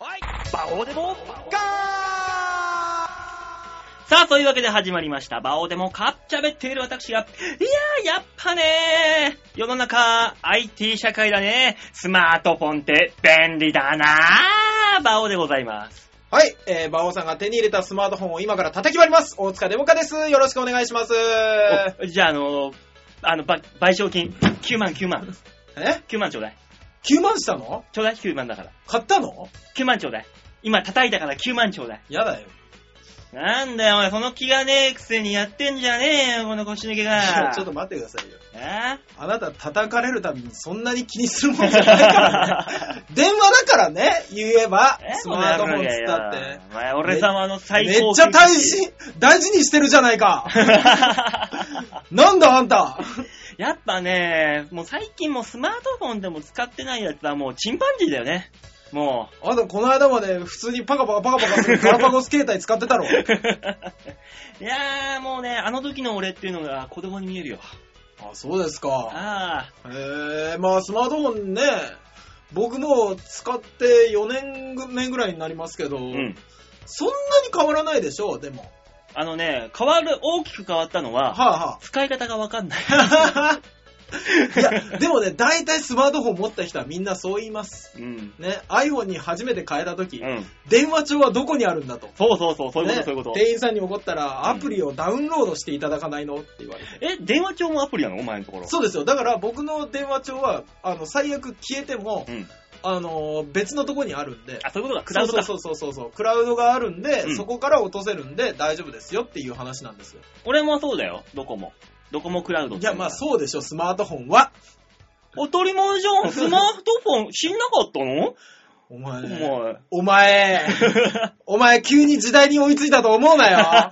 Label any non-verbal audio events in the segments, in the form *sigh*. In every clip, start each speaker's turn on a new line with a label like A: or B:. A: バオデモカー
B: さあ、というわけで始まりました。バオでもかっちゃべっている私が、いやー、やっぱねー、世の中、IT 社会だね。スマートフォンって便利だなー、バオでございます。
A: はい、えー、馬王さんが手に入れたスマートフォンを今から叩き割ります。大塚デモカです。よろしくお願いします。
B: おじゃあ、あのーあの、ば賠償金、9万、9万、
A: え
B: 9万ちょうだい。
A: ?9 万したの
B: ちょうだい、9万だから。
A: 買ったの
B: 9万ちょうだい。今叩いたから9万ちょうだい。
A: やだよ。。
B: なんだよ、お前、その気がねえくせにやってんじゃねえよ、この腰抜けが
A: ちょっと待ってくださいよ。
B: あ
A: あなた叩かれるたびにそんなに気にするもんじゃないから
B: *laughs*
A: ね。電話だからね、言えば
B: え。
A: スマートフォンっつったっ
B: この野郎がよ
A: て。
B: お前、俺様の最
A: めっ
B: 高
A: ちゃ大事、大事にしてるじゃな
B: *laughs*
A: いか。なんだあんた。
B: やっぱね、もう最近もうスマートフォンでも使ってないやつはもうチンパンジーだよね。もう。 *laughs*
A: あんたこの間まで普通にパカパカパカパカするガラパゴス携帯使ってたろ。
B: いやー、もうね、あの時の俺っていうのが子供に見えるよ。
A: あ、そうですか。
B: ああ、
A: へえ、まあスマートフォンね、僕も使って4年目ぐらいになりますけど、
B: うん。
A: そんなに変わらないでしょ、でも。
B: あのね、変わる、大きく変わったのは、
A: はあはあ。
B: 使い方がわかんない。
A: *laughs* いや、でもね、大体スマートフォン持った人はみんなそう言います。
B: うん。
A: ね、iPhone に初めて変えた時、
B: うん。
A: 電話帳はどこにあるんだと。
B: そうそうそう、そういうこと、
A: ね
B: そういうこと。
A: 店員さんに怒ったら、アプリをダウンロードしていただかないのって言われて。
B: え、電話帳もアプリなのお前のところ。
A: そうですよ。だから僕の電話帳は、あの、最悪消えても、
B: うん。
A: あの、別のとこにあるんで。
B: あ、そういうことか、クラウドか。
A: そうそうそうそうそう。クラウドがあるんで、
B: うん
A: そこから落とせるんで大丈夫ですよっていう話なんですよ。
B: 俺もそうだよ、ドコモ。ドコモクラウドっ
A: い
B: てう
A: や、
B: の
A: ま
B: が
A: あそうでしょ、スマートフォンは。
B: 当たり前じゃん、スマートフォン死んなかったの
A: お前、
B: お前。*laughs*
A: お前、お前急に時代に追いついたと思う
B: *laughs*
A: なよ。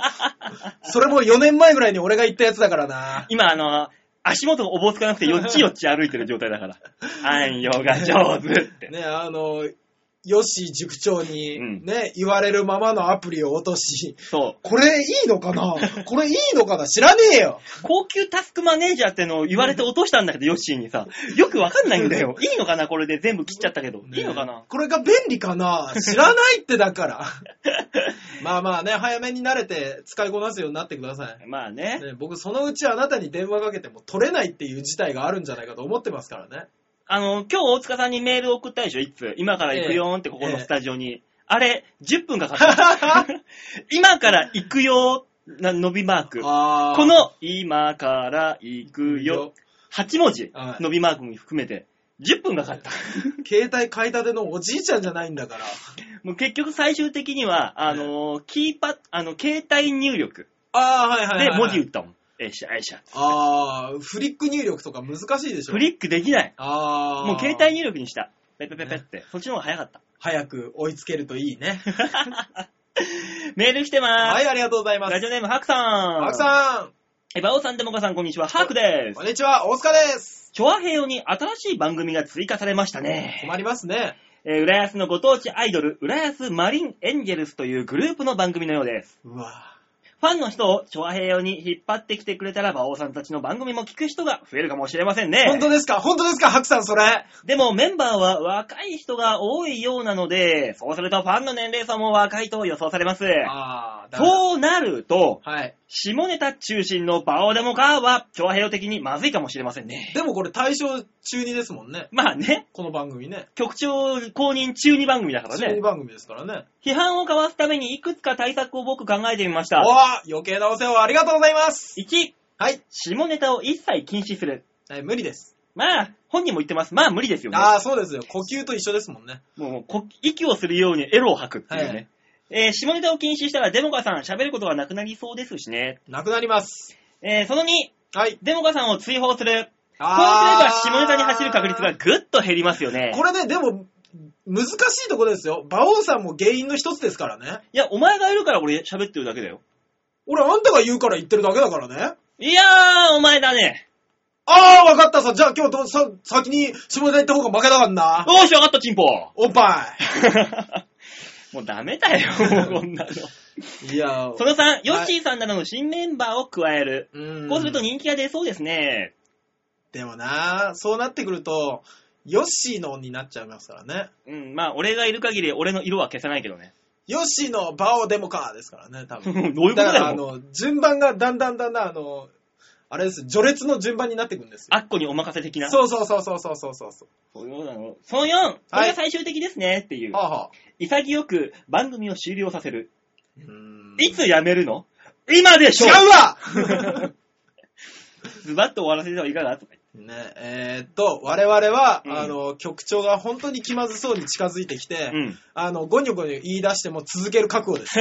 A: それも4年前ぐらいに俺が言ったやつだから
B: *laughs*
A: な。
B: 今、あの、足元がおぼつかなくて、よっちよっち歩いてる状態だから。安養が上手って。
A: ね、あの、よし塾長に
B: うん
A: ね、言われるままのアプリを落とし、
B: そう。
A: これいいのかなこれいいのかな知らねえよ。
B: 高級タスクマネージャーってのを言われて落としたんだけど、ヨッシーにさ。よくわかんないんだよ。いいのかなこれで全部切っちゃったけど。いいのかな
A: ねこれが便利かな知らないって
B: *laughs*
A: だから。まあまあね、早めに慣れて使いこなすようになってください。
B: まあね。
A: ね、僕、そのうちあなたに電話かけても取れないっていう事態があるんじゃないかと思ってますから
B: *laughs*
A: ね。
B: あの、今日大塚さんにメール送ったでしょ、いつ。今から行くよーんって、ここのスタジオに。あれ、10分かか
A: *laughs*
B: った。今から行くよーな、伸びマーク。こ
A: あー
B: の、今から行くよ。。8文字
A: は、い
B: 伸びマークも含めて、10分かかった。
A: 携帯買いたてのおじいちゃんじゃないんだから。
B: もう結局最終的には、あのー、キーパあの、携帯入力
A: ああ、はいはいはい
B: で
A: はい。
B: 文字打ったもん。えいしゃ、えいしゃ。
A: ああ、フリック入力とか難しいでしょ。
B: クリックできない。
A: ああ。
B: もう携帯入力にした。ペペペペって。そっちの方が早かった。
A: 早く追いつけるといいね。
B: メール来てま
A: は
B: ーす。
A: い、ありがとうございます。
B: ラジオネーム、ハクさん。
A: マクさん、
B: エバオさん、デモカさん、こんにちは。ハークで
A: こ
B: す。
A: んにちは、大塚です。
B: チョアヘヨに新しい番組が追加されましたね。
A: 困りますね。
B: えー、浦安のご当地アイドル、浦安マリンエンジェルスというグループの番組のようです。
A: うわ
B: ファンの人をチョアヘヨに引っ張ってきてくれたら、馬王さんたちの番組も聞く人が増えるかもしれませんね。
A: 本当ですか本当ですか白さん、それ。
B: でもメンバーは若い人が多いようなので、そうするとファンの年齢層も若いと予想されます。
A: ああ、う。
B: そうなると、
A: はい。
B: 下ネタ中心のバオデモカーは、長平的にまずいかもしれませんね。
A: でもこれ、対象中2ですもんね。
B: まあね、
A: この番組ね。
B: 局長公認中2番組だから
A: 中2
B: ね。
A: 番組ですからね。
B: 批判をかわすためにいくつか対策を僕考えてみまし
A: お
B: た。
A: ー余計なお世話ありがとうございます。
B: 1、
A: はい。
B: 下ネタを一切禁止する。
A: はい無理です。
B: まあ、本人も言ってます。まあ無理ですよね。
A: ああ、そうですよ。呼吸と一緒ですもんね。
B: もうこ、息をするようにエロを吐くっていうね。えー下ネタを禁止したらデモカさん喋ることがなくなりそうですしね。
A: なくなります。
B: えーその2、
A: はい。
B: デモカさんを追放する。
A: こ
B: こうすれば下ネタに走る確率がぐっと減りますよね。
A: これね、でも、難しいとこですよ。馬王さんも原因の一つですからね。
B: いや、お前がいるから俺喋ってるだけだよ。
A: 俺、あんたが言うから言ってるだけだからね。
B: いやー、お前だね。
A: ああ、わかったさ。じゃあ今日どう、さ、先に下ネタ行った方が負けだからな。
B: よーし、上がった、チンポ。
A: おっぱ
B: *laughs* もうダメだ *laughs* よ、もうこんなの。
A: い。いや
B: その3、ヨッシーさんなどの新メンバーを加える。
A: うん
B: こうすると人気が出そうですね。
A: でもな、そうなってくると、ヨッシーのになっちゃいますからね。
B: うん、まあ、俺がいる限り俺の色は消せないけど *laughs* ね。
A: ヨッシーのバオデモカーですからね、多
B: どう
A: 分。
B: いうこと
A: だか
B: だ
A: ら、あ
B: よ。
A: の、順番がだんだんだんだん、あの、あれです、序列の順番になっていくんですよ。
B: あっこにお任せ的な。
A: そうそうそうそうそうそうそうそう。
B: そういうことなの。その4、これが最終的ですねっていう。
A: はあ、はあ、
B: 潔く番組を終了させる。
A: うーん
B: いつやめるの今でしょ
A: 違うわ
B: *laughs* ズバッと終わらせてはいかがとか言って
A: ねえーっと、我々は、
B: うん
A: あの、局長が本当に気まずそうに近づいてきて、
B: うん。 *laughs*
A: あの、ゴニョゴニョ言い出しても続ける覚悟です。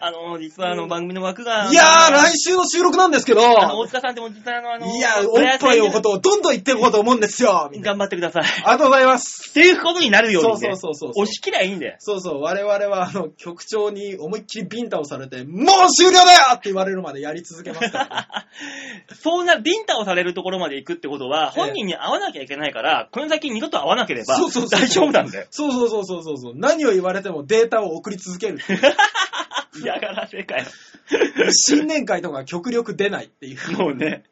B: あの、実 *laughs* はあの番組の枠が。
A: いやー、
B: ラ
A: 来週の収録なんですけど、
B: あの、大塚さんっても実はあの、あの
A: いや、おっぱいのことをどんどん言っていこうと思うんですよみたい
B: 頑張ってください。
A: なありがとうございます
B: っていうことになるように
A: そ
B: ね。
A: うそうそうそう。
B: 押し切りゃいいんだよ。
A: そうそう、我々は、あの、局長に思いっきりビンタをされて、もう終了だよって言われるまでやり続けま
B: *laughs*
A: すから、ね。
B: そんなビンタをされるところまで行くってことは、
A: ええ
B: 本人に会わなきゃいけないから、この先二度と会わなければ
A: そうそう、そう
B: 大丈夫なん
A: *laughs*
B: だよ。
A: そうそうそうそうそうそう。何を言われてもデータを送り続けるっ
B: *laughs*
A: ていう。
B: 嫌がらせかよ。 *laughs*
A: 新年会とか極力出ないっていう。
B: *laughs* もうね。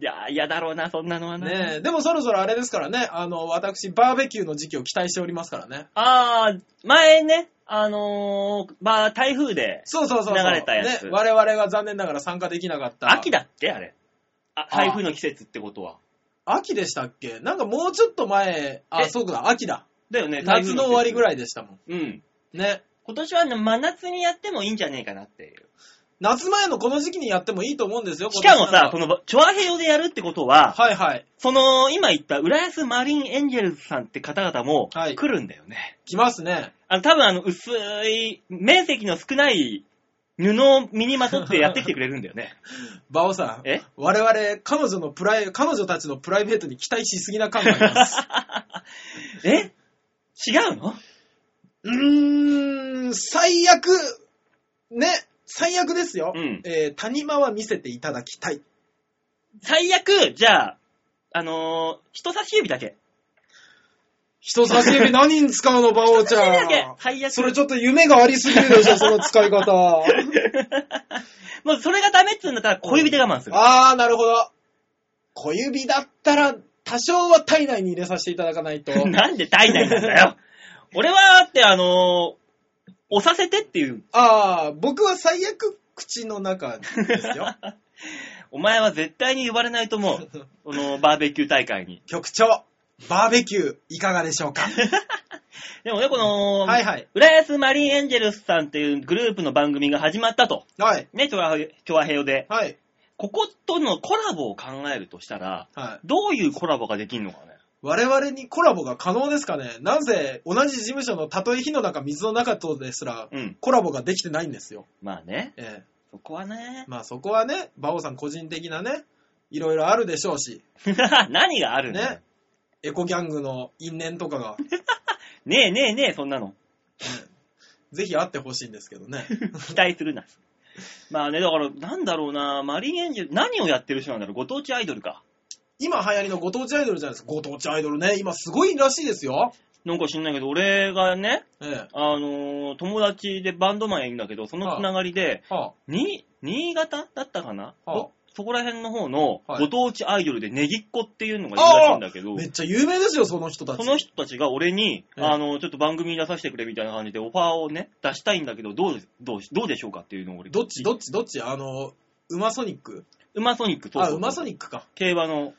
B: いや、嫌だろうな、そんなのはな。
A: ねえ、でもそろそろあれですからね、あの、私、バーベキューの時期を期待しておりますからね。
B: あー、前ね、あのー、まあ、台風で、
A: そうそうそうそう。
B: 流れたやつ
A: ね、我々が残念ながら参加できなかった。
B: 秋だっけあれ。あ、台風の季節ってことは。
A: 秋でしたっけなんかもうちょっと前、あ、
B: え
A: そうだ、秋だ。
B: だよね、台風
A: 夏の終わりぐ
B: い。
A: らいでしたも
B: うん。
A: ん。ね。
B: 今年はね、真夏にやってもいいんじゃねえかなっていう。
A: 夏前のこの時期にやってもいいと思うんですよ。
B: しかもさ、そ
A: 今年なんか
B: の、チョアヘヨでやるってことは、
A: はいはい。
B: その、今言った、浦安マリンエンジェルズさんって方々も、
A: はい
B: 来るんだよね。
A: 来ますね。
B: あの、多分あの、薄い、面積の少ない布を身にまとってやってきてくれるんだよね。
A: *laughs* バオさん。
B: え
A: 我々、彼女のプライ、彼女たちのプライベートに期待しすぎな感があります。
B: *laughs* え違うの
A: うーん、最悪、ね、最悪ですよ。
B: うん
A: えー谷間は見せていただきたい。
B: 最悪、じゃあ、あのー人差し指だけ。
A: 人差し指何に使うの、バオち
B: 人差し指だけ
A: ゃん。
B: 最悪。
A: それちょっと夢がありすぎるでしょ、その使い方。
B: もうそれがダメっつうんだったら小指で我慢する。
A: あー、なるほど。小指だったら、多少は体内に入れさせていただ
B: *laughs*
A: かないと。
B: なんで体内なんだよ。俺は、だってあのー押させてっていう。
A: あー、僕は最悪、口の中で
B: *laughs*
A: すよ。
B: お前は絶対に呼ばれないと思う。このバーベキュー大会に。
A: 局長、バーベキュー、いかがでしょうか
B: でもね、この、
A: はいはい。
B: 浦安マリンエンジェルスさんっていうグループの番組が始まったと。
A: はい。
B: ね、チョアヘヨで。
A: はい。
B: こことのコラボを考えるとしたら、
A: はい。
B: どういうコラボができるのかね。
A: 我々にコラボが可能ですかねなぜ、同じ事務所のたとえ火の中、水の中とですら、
B: うん。
A: コラボができてないんですよ。
B: まあね、
A: ええ。
B: そこはね。 *laughs*
A: まあそこはね、馬王さん個人的なね、いろいろあるでしょうし、
B: 何があるんだよ
A: ね。エコギャングの因縁とかが、 *laughs*
B: ねえねえねえ、そんなの。
A: ぜひあってほしいんですけどね。
B: 期待するな。まあね、だから、なんだろうな、マリンエンジェル、何をやってる人なんだろう、ご当地アイドルか。
A: 今流行りのご当地アイドルじゃないですか。ご当地アイドルね、今すごいらしいですよ。
B: なんか知んないけど、俺がね、
A: え
B: あのー友達でバンドマンいるんだけど、そのつながりで、
A: え。は
B: に、新潟だったかな、
A: あは
B: そこら辺の方の
A: はい
B: ご当地アイドルでネギっ子っていうのがいるらしいんだけ
A: あ、
B: ど、
A: めっちゃ有名ですよ、その人た
B: そ
A: ち。
B: の人たちが俺に、
A: ええ
B: あの、ちょっと番組に出させてくれみたいな感じでオファーをね、出したいんだけど、どう、どう、どうでしょうかっていうのを俺、
A: どっちどっちどっちあの、ウマソニック
B: ウマソニックと、
A: あ、ウマソニックか。
B: 競馬の、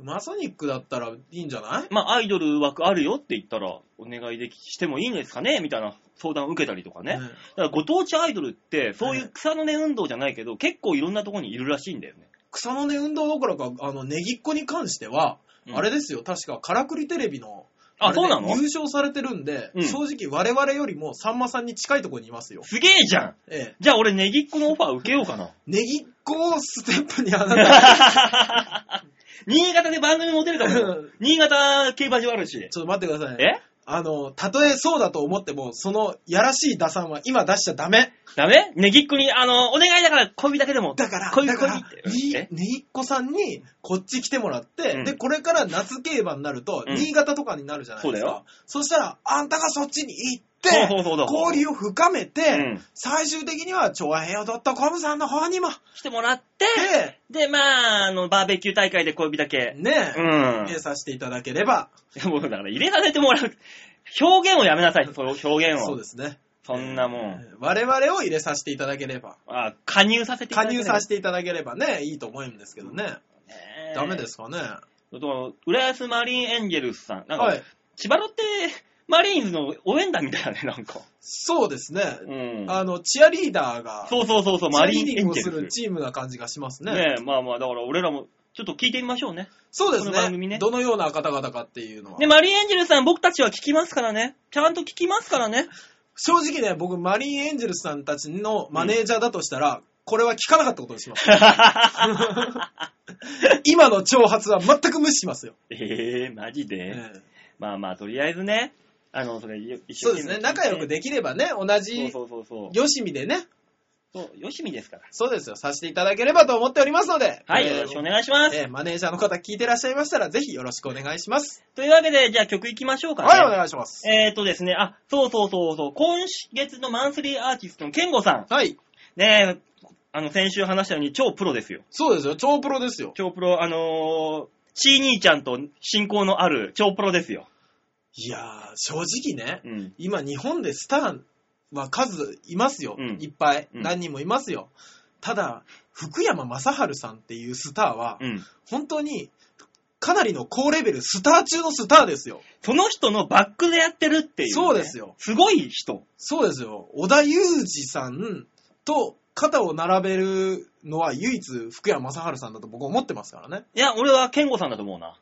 A: ウマソニックだったらいいんじゃない
B: まあ、アイドル枠あるよって言ったら、お願いでき、してもいいんですかねみたいな相談を受けたりとかね。だ
A: え
B: からご当地アイドルって、そうい
A: え
B: う
A: え
B: 草の根運動じゃないけど、結構いろんなところにいるらしいんだよね。
A: え草の根運動どころか、あの、ネギっ子に関しては、
B: うん
A: あれですよ、確か、からくりテレビの、
B: あ
A: れで
B: そうなの
A: 優勝されてるんで、
B: うん
A: 正直我々よりもさんまさんに近いところにいますよ。
B: すげえじゃん
A: ええ。
B: じゃあ俺ネギっ子のオファー受けようかな。
A: ネギっ子をステップにあ
B: *laughs*
A: なた、
B: 新潟で番組持てるかもよ。新潟競馬場あるし。
A: ちょっと待ってください。
B: え
A: あの、たとえそうだと思っても、その、やらしい打算は今出しちゃダメ。
B: ダメネギっ子に、あの、お願いだから小指だけでも。
A: だから、
B: 小指
A: だか
B: 小指
A: ら
B: って、
A: に
B: え。
A: ねぎっこさんに、こっち来てもらって、
B: うん
A: で、これから夏競馬になると、
B: うん
A: 新潟とかになるじゃないで
B: そうだ
A: すか。
B: よ
A: そしたら、あんたがそっちに行っって
B: ほうほうほうほう、
A: 交流を深め
B: う
A: て
B: ん、
A: 最終的には、調和平洋 .com さんの方にも、
B: 来てもらって、
A: え
B: で、まあ、あの、バーベキュー大会で小指だけ。
A: ね
B: う
A: え、
B: ん。
A: 入れさせていただければ、
B: い *laughs* やもうだから入れさせてもらう。表現をやめなさい、その表現を。
A: そうですね。
B: そんなもん。
A: 我々を入れさせていただければ、
B: あ、加入させていた
A: 加
B: だけれ
A: 入
B: ば
A: させていただければね、いいと思うんですけどね。
B: ね
A: ダメですかね。
B: と、浦安マリンエンジェルスさん。なんか、
A: はい。
B: 千葉ロッテマリーンズの応援団みたいだね、なんか。
A: そうですね。
B: うん。
A: あの、チアリーダーが、
B: そうそうそうそう、
A: チア
B: マリ
A: リ
B: ン
A: ーデ
B: エ
A: ィン
B: ン
A: グを
B: ジ
A: す
B: ェ
A: る
B: ルス。
A: チームな感じがしますね。
B: ねえ、まあまあ、だから俺らも、ちょっと聞いてみましょうね。
A: そうです
B: この番
A: ね
B: 組ね。
A: どのような方々かっていうのは
B: *laughs* で、。マリンエンジェルスさん、僕たちは聞きますからね。ちゃんと聞きますからね。
A: 正直ね、僕、マリンエンジェルスさんたちのマネージャーだとしたら、これは聞かなかったことにします。 *laughs* 今の挑発は全く無視しますよ。
B: *laughs* ええマジで、
A: ええ
B: まあまあ、とりあえずね、あの、それ、一
A: そ
B: 緒
A: うですね。仲良くできればね、同
B: そう
A: じ
B: そうそうそう。
A: よしみでね、
B: そう、よしみですから。
A: そうですよ、させていただければと思っておりますので。
B: はい、
A: えー
B: よろしくお願いします。
A: えーマネージャーの方聞いてらっしゃいましたら、ぜひよろしくお願いします。
B: というわけで、じゃあ曲いきましょうかね。
A: はい、お願いします。
B: えーとですね、あ、そうそうそうそう、今月のマンスリーアーティストのケンゴさん。
A: はい、
B: ねえ、あの、先週話したように超プロですよ。
A: そうですよ、超プロですよ。
B: 超プロ、あのー、C 兄ちゃんと親交のある超プロですよ。
A: いやー、正直ね、
B: うん。
A: 今日本でスターは数いますよ、
B: うん
A: いっぱい、
B: うん
A: 何人もいますよ。ただ、福山雅治さんっていうスターは、
B: うん。
A: 本当に、かなりの高レベル、スター中のスターですよ。
B: その人のバックでやってるっていう、
A: そうですよ。
B: すごい人。
A: そうですよ。織田裕二さんと肩を並べるのは唯一福山雅治さんだと僕思ってますからね。
B: いや、俺はケンゴさんだと思うな。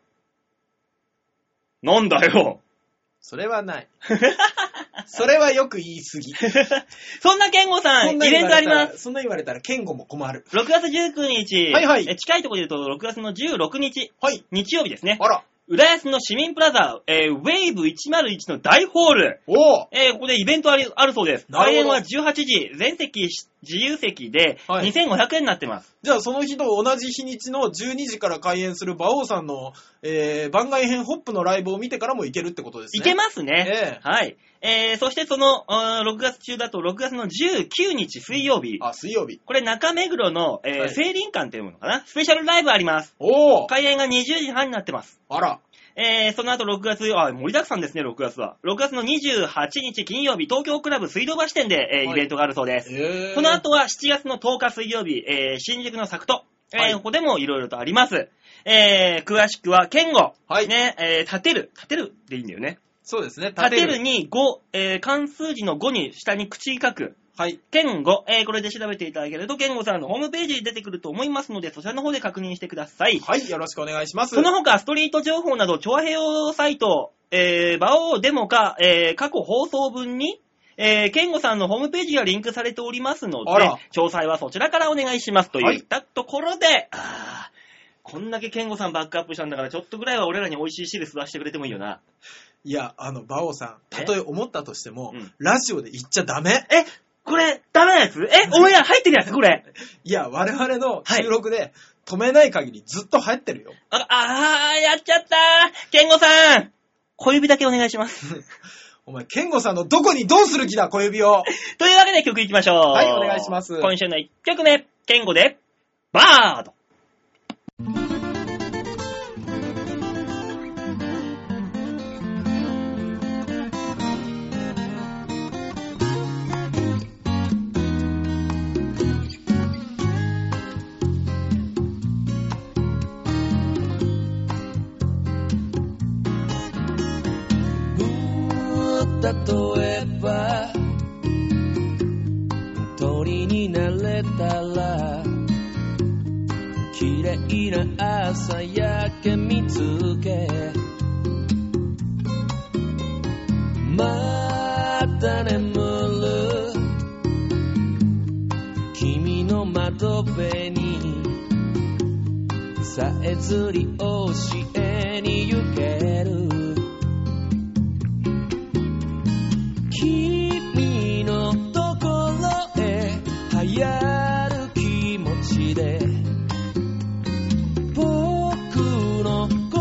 B: なんだ
A: *laughs*
B: よ。
A: それ
B: *laughs*
A: はない。それはよく言い過ぎ。
B: そんなケンゴさ
A: そ
B: ん、
A: ん
B: イ
A: な言
B: ベン
A: わ
B: トあ
A: れ
B: り
A: た
B: ます
A: ら、。そんな言われたら、健吾も困る。
B: 6月19日、
A: はいはい
B: え近いところで言うと、6月の16日、
A: はい。
B: 日曜日ですね。
A: あら。
B: 浦安の市民プラザ、えーウェイブ101の大ホール、
A: おお
B: えーここでイベントありあるそうです。
A: なる
B: 開
A: ほ
B: 演
A: ど
B: は18時、全席し自由席で
A: はい
B: 2500円になってます。
A: じゃあその日と同じ日にちの12時から開演する馬王さんの、えー番外編ホップのライブを見てからも行けるってことです
B: い、
A: ね。
B: けますね。
A: ええ
B: はい。えーそしてその、あー6月中だと6月の19日水曜日、
A: あ、水曜日。
B: これ中目黒の、えー
A: はい
B: 聖林館というものかな、スペシャルライブあります。
A: おお
B: 開演が20時半になってます。
A: あら。
B: えー、その後6月、あ、盛りだくさんですね、6月は。6月の28日金曜日、東京クラブ水道橋店で、えー
A: はい
B: イベントがあるそうです。
A: えー
B: その後は7月の10日水曜日、えー新宿の作と、えー
A: はい
B: ここでもいろいろとあります。えー、詳しくは、健吾。
A: はい
B: ね、えー、立てる。立てるでいいんだよね。
A: そうですね。立
B: 立てる。に5、えー、関数字の5に下に口書く。
A: はい。
B: 健吾、えー、これで調べていただけると、健吾さんのホームページに出てくると思いますので、そちらの方で確認してください。
A: はい。よろしくお願いします。
B: その他、ストリート情報など、調和平洋サイト、えー、馬王デモか、えー、過去放送分に、えー、ケンゴさんのホームページがリンクされておりますので
A: あら、
B: 詳細はそちらからお願いしますと
A: はいい
B: ったところで、あーこんだけケンゴさんバックアップしたんだから、ちょっとぐらいは俺らに美味しい汁吸わしてくれてもいいよな。
A: いや、あの、馬王さん、
B: え
A: たとえ思ったとしても、
B: うん
A: ラジオで言っちゃダメ。
B: え、これ、ダメなやつえ、オンエア入ってるやつこれ。
A: いや、我々の収録で止めない限りずっと入ってるよ。
B: あ、あー、やっちゃったーケンゴさん小指だけお願いし *laughs* ます。
A: お前、健吾さんのどこにどうする気だ、小指を。
B: というわけで曲いきましょう。
A: はいお願いします
B: 今週の1曲目、ケンゴで、バード。
C: 例えば鳥になれたら綺麗な朝焼け見つけまた眠る君の窓辺にさえずり教えに行ける君のところへ流行る気持ちで僕の心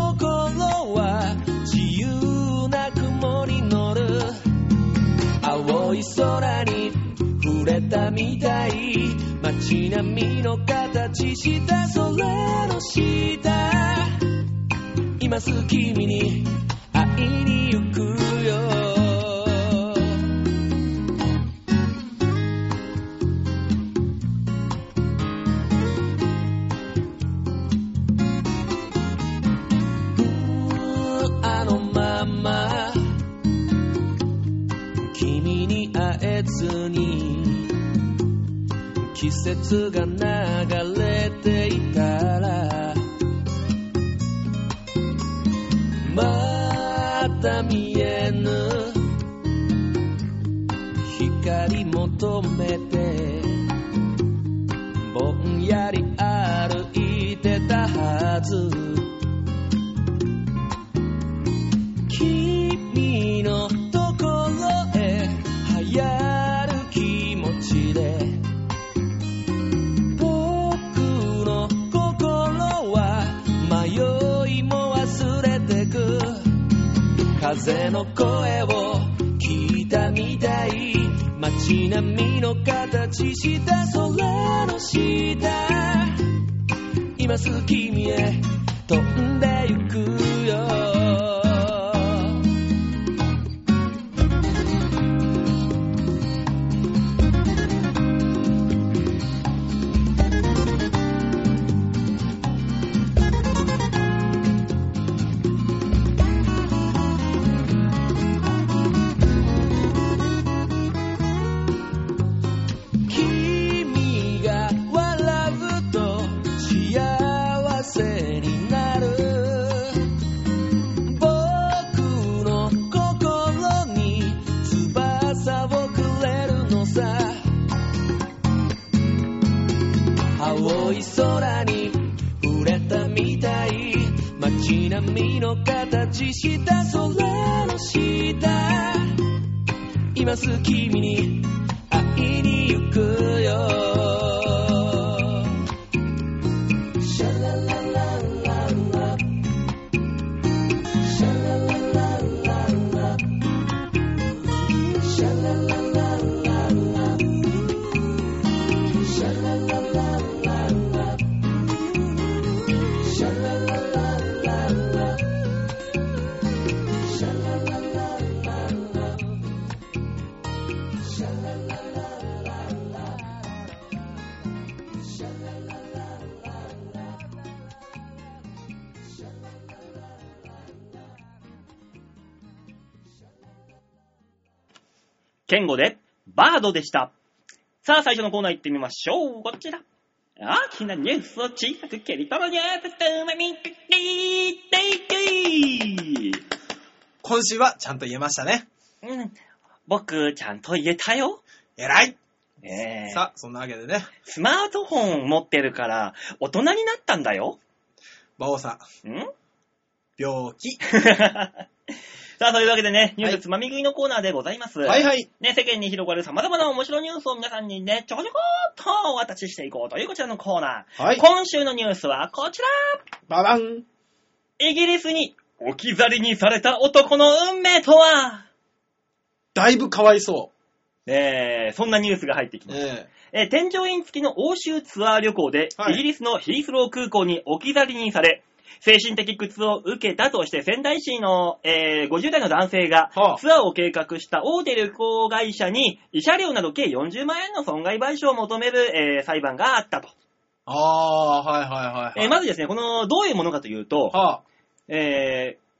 C: は自由な雲に乗る淡たみたい街並みの形したそれの下今すぐ君に会いに行くよあのまま君に会えずに季節が流れていたらまた見えぬ光求めてぼんやり歩いてたはず君のところへはる気持ちで僕の心は迷いも忘れてく風の声を聞いたみたい街並みの形した空の下今すぐ君へ飛んでゆくよ君が笑うと幸せになる僕の心に翼をくれるのさ青い空に触れたみたい街並みの形した空の下今すぐ君に会いに行くよシャラララララシャラララララシャラララララシャラララララシャラララララシャラララララシャラララララシャラララララシャラララララ
B: ケンゴで、バードでした。さあ、最初のコーナー行ってみましょう。こちら。大きなニュースを小さく蹴り取るニュースつまみ食いていく
A: 今週はちゃんと言えましたね。
B: うん。僕、ちゃんと言えたよ。
A: 偉い
B: ねえ
A: さあ、そんなわけでね、
B: スマートフォン持ってるから、大人になったんだよ。
A: 馬王さん、
B: ん *laughs*
A: 病気。
B: さあ、というわけでね、ニュースつまみ食いのコーナーでございます。
A: はいはい。
B: ね、世間に広がる様々な面白いニュースを皆さんにね、ちょこちょこっとお渡ししていこうというこちらのコーナー。
A: はい
B: 今週のニュースはこち
A: ババン。
B: らイギリスに置き去りにされた男の運命とは
A: だいぶかわいそ
B: えー、そんなニュースが入ってき
A: う。
B: ます。
A: え
B: えー、添乗員付きの欧州ツアー旅行で、
A: はい
B: イギリスのヒースロー空港に置き去りにされ、精神的苦痛を受けたとして仙台市の、えー50代の男性が、
A: はあ
B: ツアーを計画した大手旅行会社に慰謝料など計40万円の損害賠償を求める、えー裁判があったと、
A: ああ、はいはいはい、はい。
B: えーまずですね、このどういうものかというと、
A: は
B: えー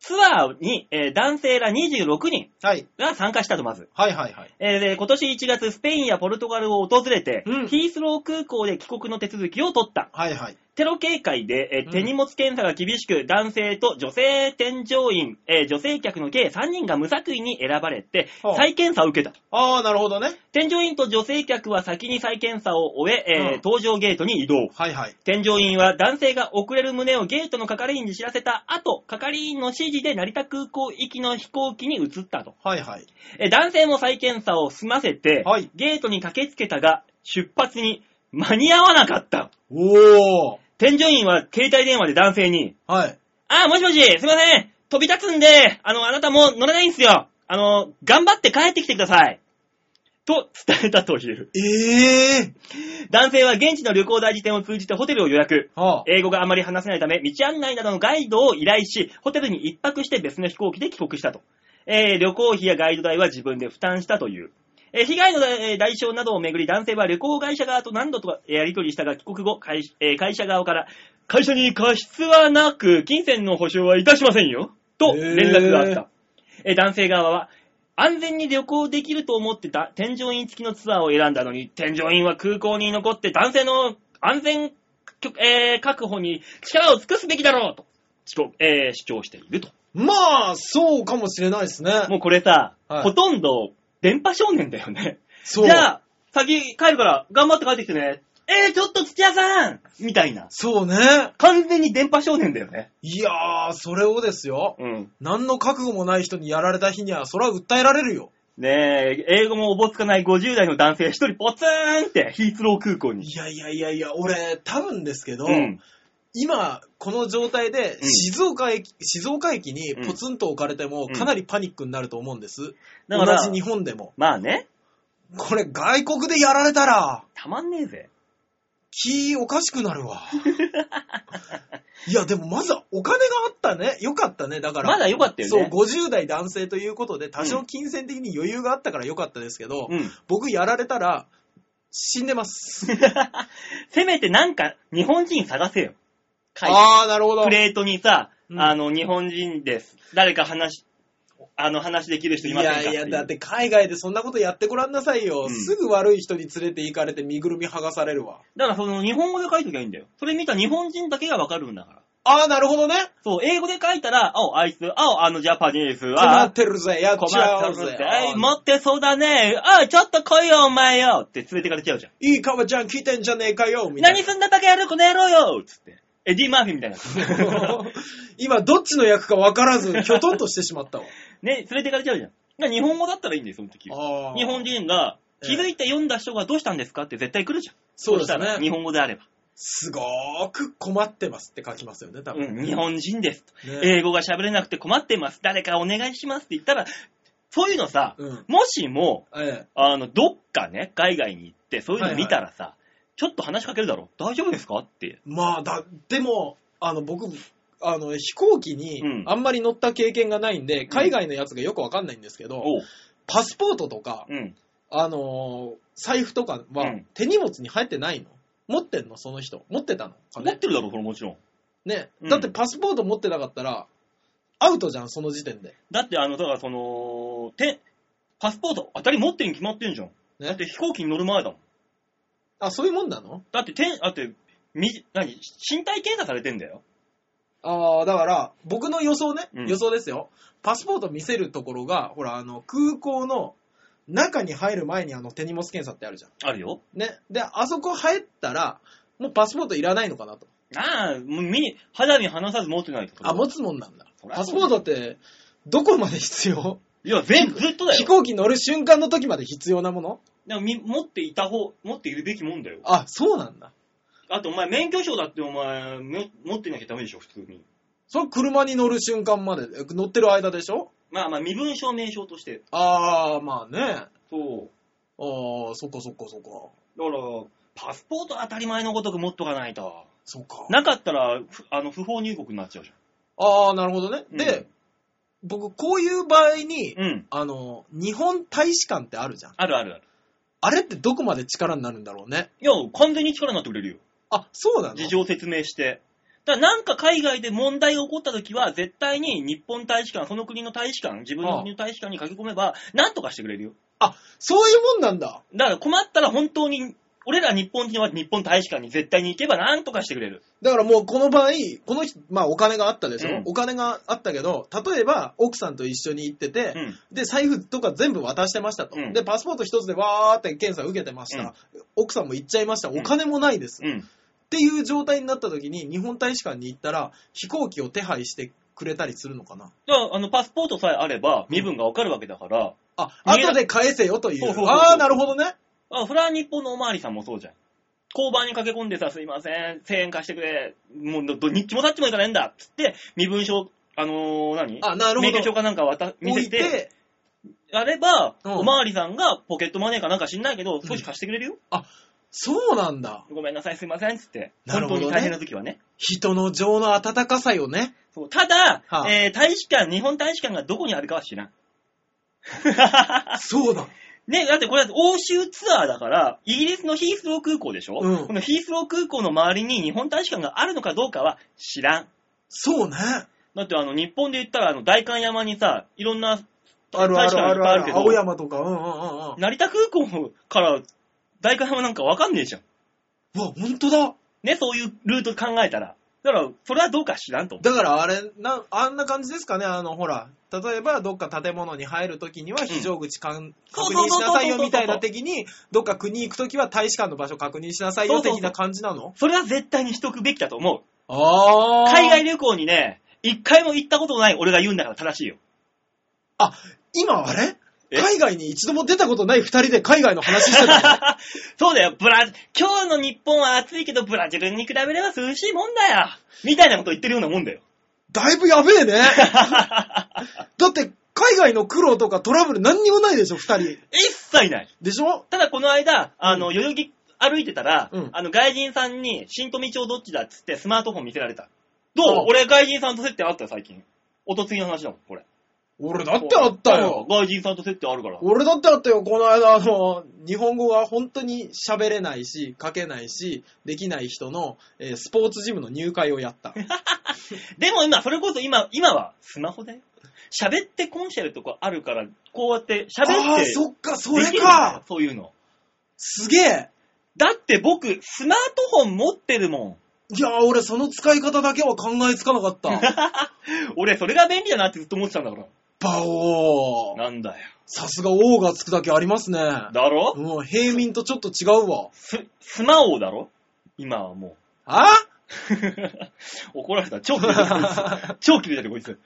B: ツアーに、えー男性ら26人
A: あ、はい。
B: が参加したとまず。
A: はいはいはい。
B: えーで今年1月、スペインやポルトガルを訪れて、
A: うん
B: ヒースロー空港で帰国の手続きを取った。
A: はいはい。
B: テロ警戒で、えー
A: うん
B: 手荷物検査が厳しく、男性と女性添乗員、えー女性客の計3人が無作為に選ばれて
A: ほう、
B: 再検査を受けた。
A: ああ、なるほどね。
B: 添乗員と女性客は先に再検査を終え、えー
A: うん
B: 搭乗ゲートに移動。
A: はいはい。
B: 添乗員は男性が遅れる旨をゲートの係員に知らせた後、係員の指示で成田空港行きの飛行機に移ったと。
A: はいはい。
B: え男性も再検査を済ませて、
A: はい
B: ゲートに駆けつけたが、出発に間に合わなかった。
A: おー。
B: 添乗員は携帯電話で男性に、
A: はい。
B: あ、もしもし、すいません、飛び立つんで、あの、あなたもう乗れないんすよ。あの、頑張って帰ってきてください。と伝えたという。
A: ええ
B: 男性は現地の旅行代理店を通じてホテルを予約。
A: はあ、
B: 英語があまり話せないため、道案内などのガイドを依頼し、ホテルに一泊して別の飛行機で帰国したと。えー旅行費やガイド代は自分で負担したという。えー被害のえー代償などをめぐり、男性は旅行会社側と何度とやり取りしたが、帰国後、会,、えー会社側から、会社に過失はなく、金銭の保証はいたしませんよ、と連絡があった。えー男性側は、安全に旅行できると思ってた添乗員付きのツアーを選んだのに、添乗員は空港に残って男性の安全、えー確保に力を尽くすべきだろうと、主張えー主張していると。
A: まあ、そうかもしれないですね。
B: もうこれさ、
A: はい
B: ほとんど電波少年だよね。
A: そう。
B: じゃあ、先帰るから頑張って帰ってきてね。えー、ちょっと土屋さんみたいな。
A: そうね。
B: 完全に電波少年だよね。
A: いやー、それをですよ。
B: うん。
A: 何の覚悟もない人にやられた日には、それは訴えられるよ。
B: ねえ、英語もおぼつかない50代の男性一人ポツーンってヒースロー空港に。
A: いやいやいやいや、俺、多分ですけど、
B: うん。
A: 今、この状態で、
B: うん
A: 静岡駅、静岡駅にポツンと置かれても、
B: うん
A: かなりパニックになると思うんです。
B: だから
A: 同じ日本でも。
B: まあね、
A: これ、外国でやられたら、
B: たまんねえぜ。
A: 気おかしくな *laughs* るわ。いや、でもまずはお金があったね。よかったね。だから。
B: まだ良かったよね。
A: そう、50代男性ということで、多
B: う
A: 少金銭的に余裕があったから良かったですけど、
B: うん。
A: 僕やられたら、死んでます。
B: *laughs* せめてなんか、日本人探せよ。海外
A: ああ、なるほど。
B: プレートにさ、
A: うん
B: あの、日本人です。誰か話、あの、話できる人
A: い
B: いませんか
A: やいや、
B: う
A: だって海外でそんなことやってごらんなさいよ。
B: うん
A: すぐ悪い人に連れて行かれて身ぐるみ剥がされるわ。
B: だからその、日本語で書いときゃいいんだよ。それ見た日本人だけがわかるんだから。
A: ああ、なるほどね。
B: そう、英語で書いたら、青、あいつ、青、あの、ジャパニーズ
A: 困っ
B: は、
A: てるぜ、やっ
B: 困
A: ちゃおう
B: ってる
A: ぜ
B: って、。えい持ってそうだね。おい、ちょっと来いよ、お前よって連れてかれちゃうじゃん。
A: いいかわちゃん来てんじゃねえかよ、みたい
B: 何
A: な。
B: すんだバカ野郎、この野郎よつって。エディ・マーフィーみたいな。
A: *laughs* 今、どっちの役か分からず、きょとんとしてしまったわ。
B: ね、連れてかれちゃうじゃん。だから日本語だったらいいんだよ、その時。*laughs*
A: あー
B: 日本人が、
A: ええ
B: 気づいて読んだ人がどうしたんですかって絶対来るじゃん。
A: そうで
B: した
A: す
B: ら日
A: ね。
B: 本語であれば。
A: すごーく困ってますって書きますよね、多分。
B: うん、日本人です。
A: ね
B: 英語が喋れなくて困ってます。誰かお願いしますって言ったら、そういうのさ、
A: うん。
B: もしも、
A: ええ。
B: あの、どっかね、海外に行って、そういうの見たらさ、ちょっと話しかけるだろ大丈夫ですかって。
A: まあ、だ、でも、あの、僕、あの、飛行機に
B: うん
A: あんまり乗った経験がないんで、海外のやつがよくわかんないんですけど、
B: おう。
A: パスポートとか、
B: うん。
A: あのー財布とか
B: う
A: は
B: ん
A: 手荷物に入ってないの持ってんのその人。持ってたのか
B: 持っ
A: ね
B: てるだろ、それもちろん。
A: ね。
B: うん
A: だってパスポート持ってなかったら、アウトじゃん、その時点で。
B: だって、あの、だからその、て、パスポート当たり持ってるに決まってんじゃん。だっ
A: ね。
B: て飛行機に乗る前だもん。
A: あ、そういうもんなの
B: だって、てん、だって、み、何身体検査されてんだよ。
A: ああ、だから、僕の予想ね、
B: うん
A: 予想ですよ。パスポート見せるところが、ほら、あの、空港の中に入る前にあの手荷物検査ってあるじゃん。
B: あるよ。
A: ね。で、あそこ入ったら、もうパスポートいらないのかなと。
B: ああ、もう身に、肌身離さず持ってないと。
A: あ、持つもんなんだ
B: そ。りゃそ
A: パ
B: うだ
A: スポートって、どこまで必要
B: いや、全部ずっとだ
A: 飛
B: よ。
A: 行機乗る瞬間の時まで必要なもの
B: でもみ持っていた方、持っているべきもんだよ。
A: あ、そうなんだ。
B: あと、お前、免許証だってお前、も持ってなきゃダメでしょ、普通に。
A: それ車に乗る瞬間まで、え乗ってる間でしょ
B: まあまあ、身分証明証として。
A: あー、まあね。あ
B: そう。
A: ー、そっかそっかそっか。
B: だから、パスポート当たり前のごとく持っとかないと。
A: そっか。
B: なかったら、ふあの、不法入国になっちゃうじ
A: あー、なるほどね。
B: うん
A: で、僕、こういう場合に
B: ゃ、ん。うん。
A: あの、日本大使館ってあるじゃん。
B: あるあるある。
A: あれってどこまで力になるんだろうね。
B: いや、完全に力になってくれるよ。
A: あ、そうなの
B: 事情説明して。だからなんか海外で問題が起こった時は、絶対に日本大使館、その国の大使館、自分の国の大使館に駆け込めば、なんとかしてくれるよ。
A: そういうもんなんだ。
B: だから困ったら本当に、俺ら日本人は日本大使館に絶対に行けばなんとかしてくれる。
A: だからもうこの場合、この人、まあお金があったでしょ、
B: うん
A: お金があったけど、例えば奥さんと一緒に行ってて、
B: うん。
A: で、財布とか全部渡してました
B: う
A: と。
B: ん
A: で、パスポート一つでわーって検査受けてました。奥さんも行っちゃいました。
B: うん
A: お金もないです。っ
B: うん。
A: ていう状態になった時に、日本大使館に行ったら、飛行機を手配してくれたりするのかな。
B: だから、あの、パスポートさえあれば、身分がわかるわけだから、
A: あ、
B: 見えな
A: 後で返せよとい
B: そうそうそう
A: う。
B: そう
A: あー、なるほどね。
B: あ、フラ日本のおまわりさんもそうじゃん。交番に駆け込んでさ、すいません、1000円貸してくれ、もうど、ど、にっちもさっちもいかねえんだっつって、身分証、あのー、何
A: あ、なるほ
B: 免許証
A: ど。
B: かなんか渡、見
A: 置
B: せ
A: い
B: て、
A: て、
B: やれば、
A: うん
B: おまわりさんがポケットマネーかなんか知んないけど、少し貸してくれるよ。
A: そうなんだ。
B: ごめんなさい、すいません、つって。
A: なる
B: 本
A: ほど
B: 当
A: ね
B: に大変な時はね。
A: 人の情の温かさよ
B: *laughs*
A: ね。
B: そうただ、
A: はあ
B: えー大使館、日本大使館がどこにあるかは知らん。
A: そうだ。
B: ね、だってこれ欧州ツアーだから、イギリスのヒースロー空港でしょ、
A: うん
B: このヒースロー空港の周りに日本大使館があるのかどうかは知らん。
A: そうね。
B: だってあの、日本で言ったら、あの、代官山にさ、いろんな
A: あ
B: 大
A: るあ
B: 使
A: る
B: 館
A: あ
B: いっぱ
A: る
B: いあ
A: あ
B: るけ
A: る。
B: ど、
A: 青山とか。うんうんうんうん。
B: 成田空港から代官山なんかわかんねえじゃん。
A: うわ、ほんとだ。
B: ね、そういうルート考えたら。だから、それはどうか知らんと。
A: だからあれ、な、あんな感じですかね、あの、ほら、例えばどっか建物に入るときには非常口かん、
B: そう
A: 確
B: そう
A: 認
B: そうそうそう
A: しなさいよみたいな的に、どっか国行くときは大使館の場所確認しなさい
B: そ
A: よ
B: うそうそう
A: 的な感じなの
B: それは絶対にしとくべきだと思う。
A: あ
B: 海外旅行にね、一回も行ったことない俺が言うんだから正しいよ。
A: 今あれ
B: え
A: 海外に一度も出たことない二人で海外の話し
B: *laughs*
A: てたの
B: そうだよ、ブラジ、今日の日本は暑いけど、ブラジルに比べれば涼しいもんだよ。みたいなこと言ってるようなも
A: *laughs*
B: んだよ。
A: だいぶやべえね。だって、海外の苦労とかトラブル何にもないでしょ、二人。
B: 一切ない。
A: でしょ
B: ただこの間、あの、代々木歩いてたら、
A: うん
B: あの、外人さんに、新富町どっちだっつってスマートフォン見せられた。ど
A: あ
B: う
A: あ
B: 俺外人さんと接点あったよ、最近。おとついの話だもん、これ。
A: 俺だってあったよ。
B: 外人さんと接点あるから。
A: 俺だってあったよ、この間、あの、日本語が本当に喋れないし、書けないし、できない人の、えースポーツジムの入会をや
B: *laughs*
A: った。
B: でも今、それこそ今、今はスマホだよ。喋ってコンシェルとかあるから、こうやって喋
A: あ
B: っ
A: あ
B: て
A: ー、。そっか、そ
B: で
A: れ
B: きるんだよ
A: か。
B: そういうの。
A: すげえ。
B: だって僕、スマートフォン持ってるもん。
A: いやー、俺その使い方だけは考えつかなか
B: *laughs*
A: った。
B: 俺、それが便利だなってずっと思ってたんだから。
A: バオー。
B: なんだよ。
A: さすが王がつくだけありますね。
B: だろ
A: もう平民とちょっと違うわ。
B: ス、スマ王だろ今はも
A: あ
B: う。 *laughs* 怒られた。超切れてる、こい *laughs* つ。超切れてる、こいつ。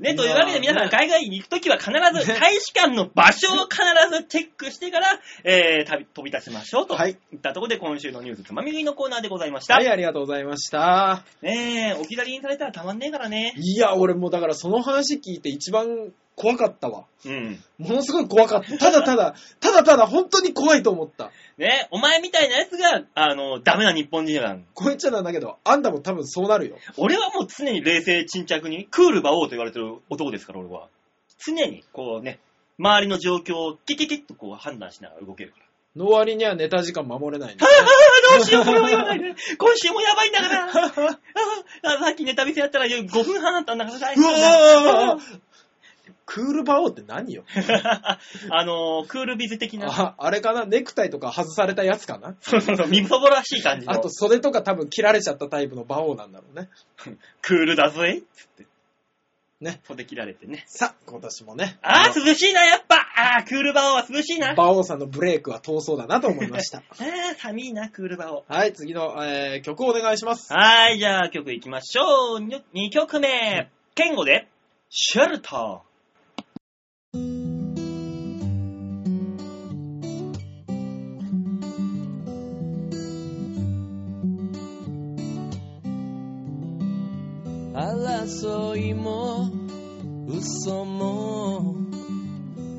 B: ね、というわけで皆さん、海外に行くときは必ず、大使館の場所を必ずチェックしてから、えー、旅、飛び立ちましょうと。
A: はい。
B: いったところで今週のニュースつまみ食いのコーナーでございました。
A: はい、ありがとうございました。
B: ねえ、置き去りにされたらたまんねえからね。
A: いや、俺もうだからその話聞いて一番怖かったわ。
B: うん。
A: ものすごい怖かった。ただただ、ただただ本当に怖いと思った。
B: ねお前みたいなやつが、あの、ダメな日本人なん
A: こう言っちゃなんだけど、あんたも多分そうなるよ。
B: 俺はもう常に冷静沈着に、クール馬王と言われてる男ですから、俺は。常に、こうね、周りの状況をキキキッとこう判断しながら動け
A: *laughs*
B: るから。
A: の割にはネタ時間守れないんだ
B: ああ、どうしよう、これは言わないで。今週もやばいんだから。ああさっきネタ見せやったら5分半あったんだから大
A: う
B: 変だ
A: わークールバオって何よ
B: *laughs* あの、クールビズ的な。
A: ああれかなネクタイとか外されたやつかな
B: そうそうそう、みそぼらしい感じの。
A: あと袖とか多分切られちゃったタイプのバオなんだろうね。
B: クールだぜ。つって。
A: ね。
B: 袖切られてね。
A: さ、今年もね。
B: ああ、涼しいな、やっぱああ、クールバオは涼しいな。あ
A: バオさんのブレイクは遠そうだなと思いました。
B: あ、寒いな、クールバオ。
A: はい、次の、えー曲をお願いします。
B: はーい、じゃあ曲いきましょう。2曲目。ケンゴで、シェルタ
C: 争いも嘘も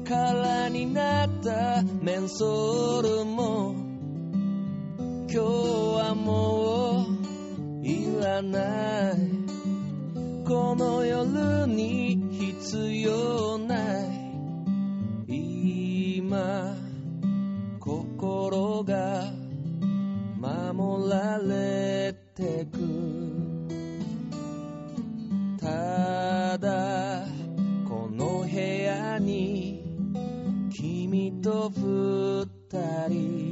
C: 空になったメンソールも今日はもういらないこの夜に必要ない今心が守られてくただこの部屋に君と二人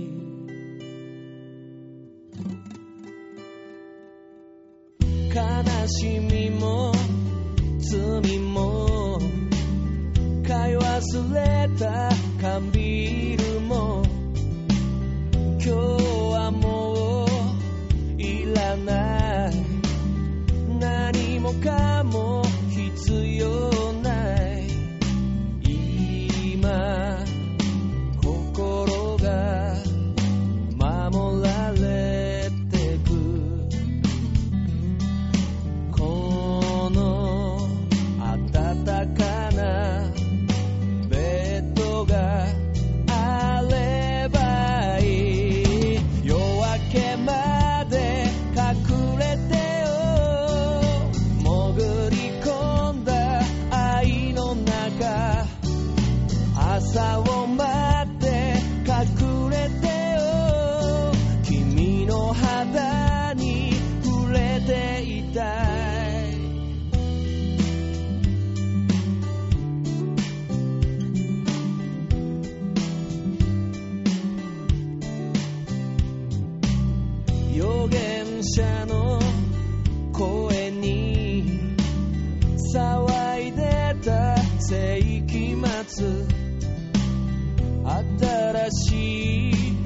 C: 悲しみも罪も買い忘れた缶ビールも今日はもういらない何もかも必要ない今心が守られてくこの暖かな騒いでた世紀末新しい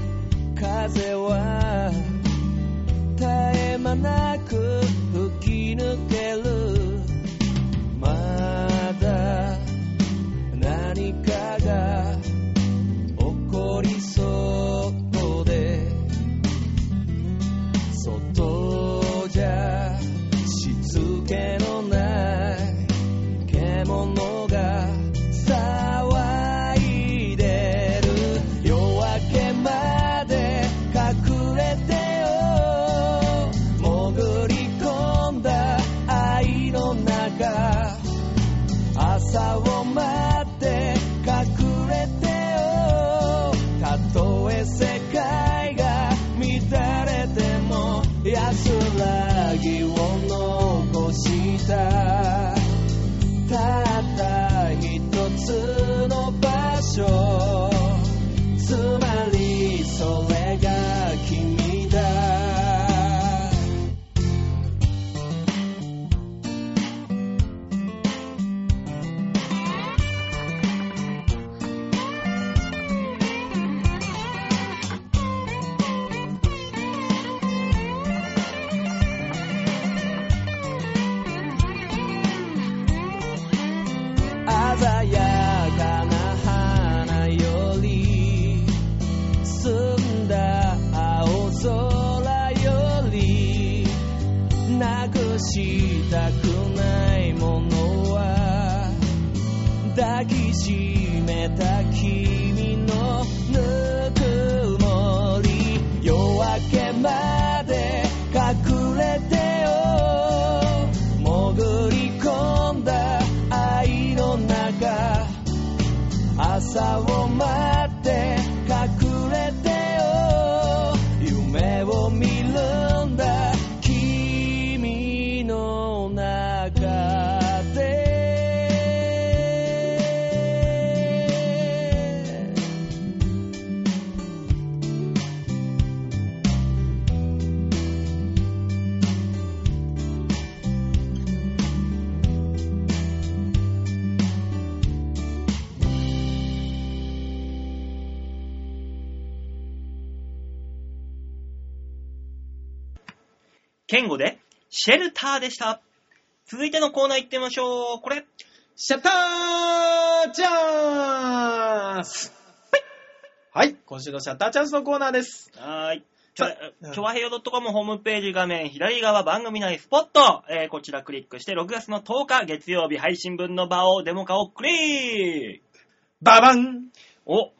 C: 風は絶え間なく吹き抜けるまだ何かが起こりそうで外じゃしつけのない獣が騒いでる夜明けまで隠れてよ潜り込んだ愛の中朝を待って隠れてよたとえ世界が乱れても安らぎを残したたった一つの場所つまりそれが君だ鮮やかな花より澄んだ青空よりなくしたくないものは抱きしめた君のぬくもり夜明けまで隠れてよ潜り込んだ愛の中朝を待って隠れてよ夢を見るんだ君の中で
B: ケンゴで、シェルターでした。続いてのコーナー行ってみましょう。これ、
A: シャッターチャンスはい、今週のシャッターチャンスのコーナーです。
B: はーい。ちょ
A: さ
B: ちょわへよ .com ホームページ画面左側番組内スポット、えーこちらクリックして6月の10日月曜日配信分の場をデモ化をクリック
A: ババン
B: お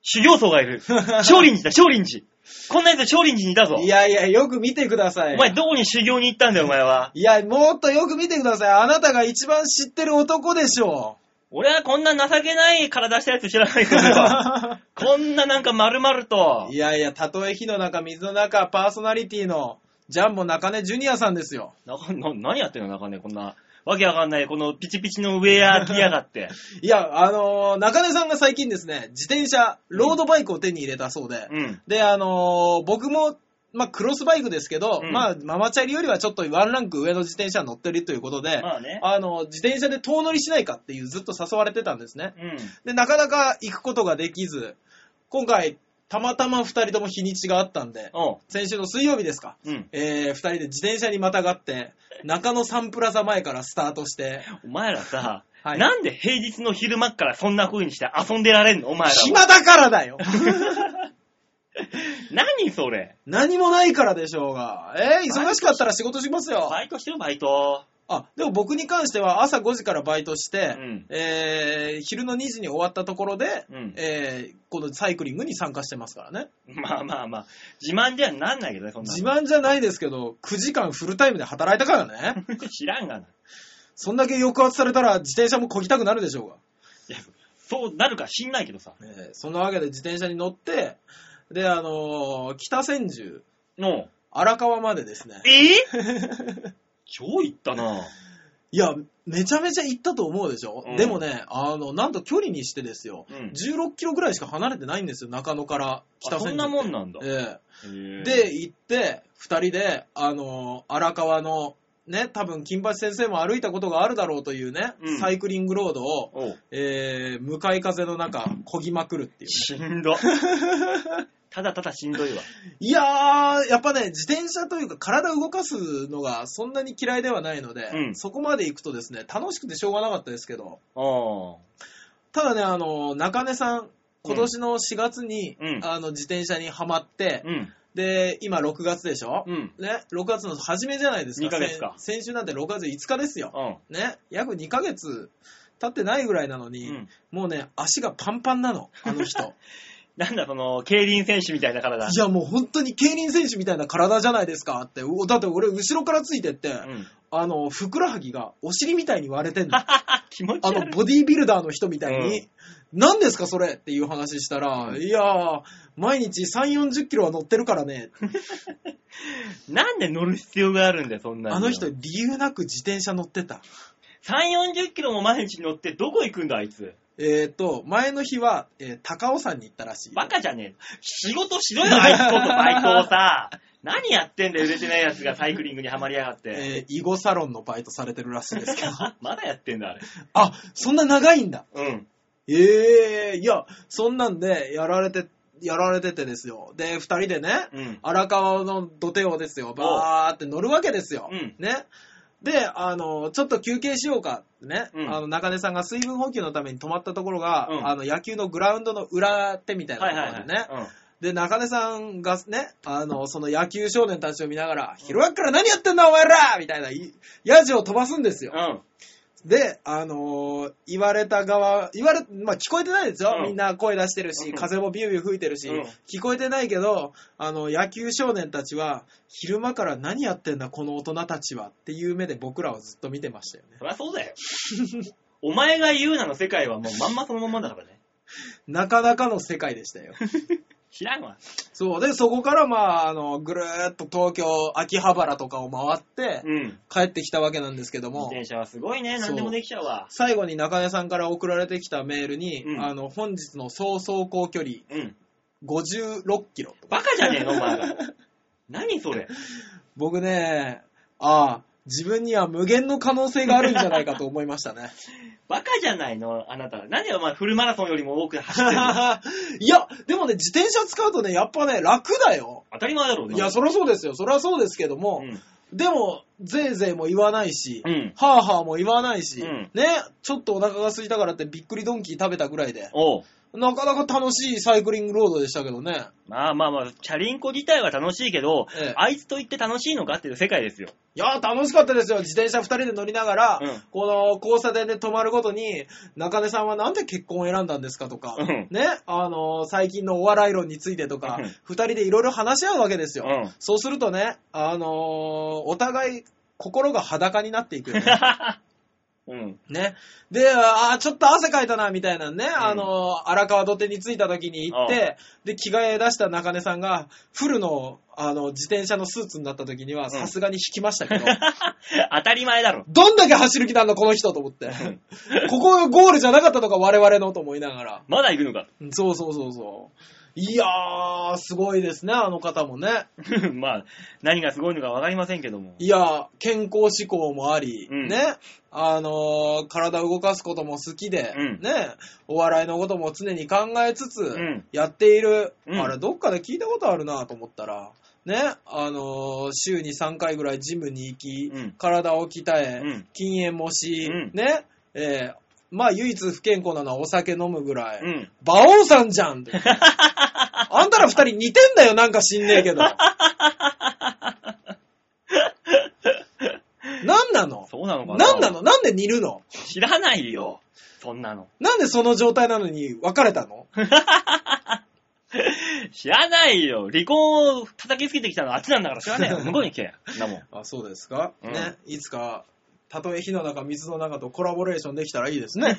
B: 修行僧がい
A: *laughs*
B: る少林寺だ少林寺こんなやつ少林寺にいたぞ
A: いやいや、よく見てください。
B: お前どこに修行に行ったんだよお前はい
A: や、もっとよく見てください。あなたが一番知ってる男でしょ。
B: 俺はこんな情けない体したやつ知らな *laughs* いうけ
A: *laughs*
B: どこんななんか丸々と
A: いやいや、たとえ火の中、水の中、パーソナリティのジャンボ中根ジュニアさんですよ。
B: なかな何やってんの中根こんなわけわかんないこのピチピチのウェア着やがって
A: いや、あのー中根さんが最近ですね、自転車、ロードバイクを手に入れた *laughs* そうで、
B: うん
A: で、あのー僕も、まあ、クロスバイクですけど、
B: うん
A: まあ、ママチャリよりはちょっとワンランク上の自転車に乗ってるということで、
B: まあね
A: あの、自転車で遠乗りしないかっていうずっと誘われてたんですね。
B: うん
A: で、なかなか行くことができず、今回、たまたま二人とも日にちがあったんで、
B: おう
A: 先週の水曜日ですか、
B: うん
A: えー、二人で自転車にまたがって、中野サンプラザ前からスタートして、
B: お前らさ、
A: はい
B: なんで平日の昼間っからそんな風にして遊んでられんのお前らは。
A: 暇だからだよ
B: 何それ
A: 何もないからでしょうが。えー、忙しかったら仕事しますよ。
B: バイトしてるバイト。
A: あ、でも僕に関しては朝5時からバイトして、
B: うん
A: えー、昼の2時に終わったところで、
B: うん
A: えー、このサイクリングに参加してますからね。
B: まあまあまあ、自慢じゃなんないけどね、そんなの。
A: 自慢じゃないですけど、9時間フルタイムで働いたか
B: *laughs*
A: らね。
B: 知らんがな。
A: そんだけ抑圧されたら自転車もこぎたくなるでしょうが。
B: いやそうなるか知んないけどさ。
A: えーそんなわけで自転車に乗って、で、あのー北千住、
B: の
A: 荒川までで
B: *laughs*
A: すね。
B: えー、超行ったな。
A: いや、めちゃめちゃ行ったと思うでしょ、
B: うん
A: でもね、あの、なんと距離にしてですよ、
B: うん
A: 16キロぐらいしか離れてないんですよ、中野から北
B: あ
A: 千住って。
B: そんなもんなんだ。
A: え
B: へ
A: え
B: ー、
A: で、行って、二人で、あのー荒川のね、多分、金八先生も歩いたことがあるだろうというね、
B: うん
A: サイクリングロードを、
B: おう
A: えー、向かい風の中、漕ぎまくるっていう。
B: しんど。 *laughs* ただただしんどいわ。
A: いやー、やっぱね、自転車というか体を動かすのがそんなに嫌いではないので、
B: うん
A: そこまで行くとですね、楽しくてしょうがなかったですけど、
B: お
A: ただね、あの、中根さん、今年の4月に、
B: うん
A: あの自転車にはまって、
B: うん。
A: で、今6月でしょ、
B: うん。
A: ね、6月の初めじゃないですか。
B: 二ヶ月か
A: 先先週なんて6月5日ですよ。
B: うん。
A: ね、約2ヶ月経ってないぐらいなのに、
B: うん
A: もうね、足がパンパンなの、あ
B: *laughs*
A: の人。
B: なんだ、その、競輪選手みたいな体。
A: いや、もう本当に競輪選手みたいな体じゃないですかって。うだって俺、後ろからついてって、
B: うん。 *laughs*
A: あの、ふくらはぎがお尻みたいに割れてんの。あ
B: あ、気持ち悪
A: の、
B: い。
A: ボディービルダーの人みたいに、何ですかそれっていう話したら、いやー、毎日3、40キロは乗ってるからね。
B: なんで乗る必要があるんだよ、そんなに
A: あの人、理由なく自転車乗ってた。
B: 3、40キロも毎日乗ってどこ行くんだ、あいつ。
A: えっ、ー、と、前の日は、えー高尾山に行ったらしい。
B: バカじゃねえ。仕事しろよ、あいつことバイトを *laughs* さ。何やってんだよ、売れてないやつがサイクリングにはまりやがって。
A: えー囲碁サロンのバイトされてるらしいですけど。 *laughs*
B: まだやってんだ、あれ。
A: あ、そんな長いんだ。
B: うん。
A: ええいや、そんなんで、やられて、やられててですよ。で、二人でね、
B: うん。
A: 荒川の土手をですよ、バーって乗るわけですよ。
B: うん
A: ね。で、あの、ちょっと休憩しようかってね、
B: うん
A: あの、中根さんが水分補給のために泊まったところが、
B: うん
A: あの、野球のグラウンドの裏手みたいな
B: はい
A: とこ
B: はい
A: ろ
B: は
A: で
B: い。
A: ね、
B: うん
A: で、中根さんがね、あの、その野球少年たちを見ながら、昼間っから何やってんだお前らみたいな、いヤジを飛ばすんですよ。
B: うん。
A: で、あのー言われた側、言われ、まあ聞こえてないですよ。
B: うん
A: みんな声出してる
B: う
A: し、
B: ん
A: 風もビュービュー吹いてるし、
B: うん
A: 聞こえてないけど、あの、野球少年たちは、昼間から何やってんだ、この大人たちはっていう目で僕らをずっと見てましたよね。
B: そりゃそう *laughs* だよ。お前が言うなの世界はもうまんまそのまんまだからね。
A: なかなかの世界
B: *laughs*
A: でしたよ。
B: 知らんわ。
A: そう。で、そこから、まあ、あの、ぐるーっと東京、秋葉原とかを回って、
B: うん。
A: 帰ってきたわけなんですけど
B: 自
A: も、
B: 転車はすごいね。
A: そう
B: 何でもできちゃうわ。
A: 最後に中根さんから送られてきたメールに、
B: うん
A: あの、本日の総走行距離
B: うん。
A: 56キロ。
B: バカじゃねえの、お前 *laughs* ら。何それ。
A: 僕ね、ああ、自分には無限の可能性があるんじゃないかと思いましたね。
B: バカじゃないの、あなた。なんでお前フルマラソンよりも多く走って *laughs* るの
A: *laughs* いや、でもね、自転車使うとね、やっぱね、楽だよ。
B: 当たり前だろうな。
A: いや、そりゃそうですよ。そりゃそうですけど
B: う
A: も、
B: ん。
A: でも、ぜいぜいも言わないし、
B: うん。
A: はあはあも言わないし、
B: うん
A: ね、ちょっとお腹が空いたからってびっくりドンキー食べたぐらいで、
B: おう。
A: なかなか楽しいサイクリングロードでしたけどね。
B: まあまあまあ、チャリンコ自体は楽しいけど、
A: ええ
B: あいつと言って楽しいのかっていう世界ですよ。
A: いやー楽しかったですよ。自転車2人で乗りながら、
B: うん
A: この交差点で止まるごとに、中根さんはなんで結婚を選んだんですかとか、
B: うん
A: ね、あのー最近のお笑い論についてとか
B: うん、
A: 2人でいろいろ話し合うわけですよ。
B: うん
A: そうするとね、あのーお互い心が裸になっていくよね。
B: うん。 *laughs*
A: ね。で、あーちょっと汗かいたな、みたいなね、あのー荒川土手に着いた時に行って、で、着替え出した中根さんが、フルの、あの、自転車のスーツになった時には、さすがに引きましたけど、
B: *laughs* 当たり前だろ。
A: どんだけ走る気なんだ、この人と思って。ここがゴールじゃなかったのか、我々のと思いながら。
B: まだ行くのか。 *laughs*
A: うんそうそうそうそう。いやー、すごいですね、あの方もね。
B: まあ、何がすごいのかわかりませんけども。
A: いやー、健康志向もあり、
B: うん
A: ね。あのー体を動かすことも好きで、
B: うん
A: ね。お笑いのことも常に考えつつ、
B: ん
A: やっている。
B: うん
A: あれ、どっかで聞いたことあるなと思ったら、ね。あのー週に3回ぐらいジムに行き、
B: うん
A: 体を鍛え、
B: うん
A: 禁煙もし、
B: うん
A: ね。えーまあ、唯一不健康なのはお酒飲むぐらい。
B: うん。
A: 馬王さんじゃんって
B: *laughs*
A: あんたら二人似てんだよ、なんか知んねえけど。なんなの
B: そうなのかな。
A: なんなのなんで似るの
B: 知らないよ。そんなの。
A: なんでその状態なのに別れたの
B: 知らないよ。離婚を叩きつけてきたのはあっちなんだから知ら
A: *laughs*
B: ないよ。向こうに聞け。そんなもん。
A: あ、そうですか、
B: うん
A: ね。いつか、たとえ火の中、水の中とコラボレーションできたらいいで
B: *laughs*
A: すね。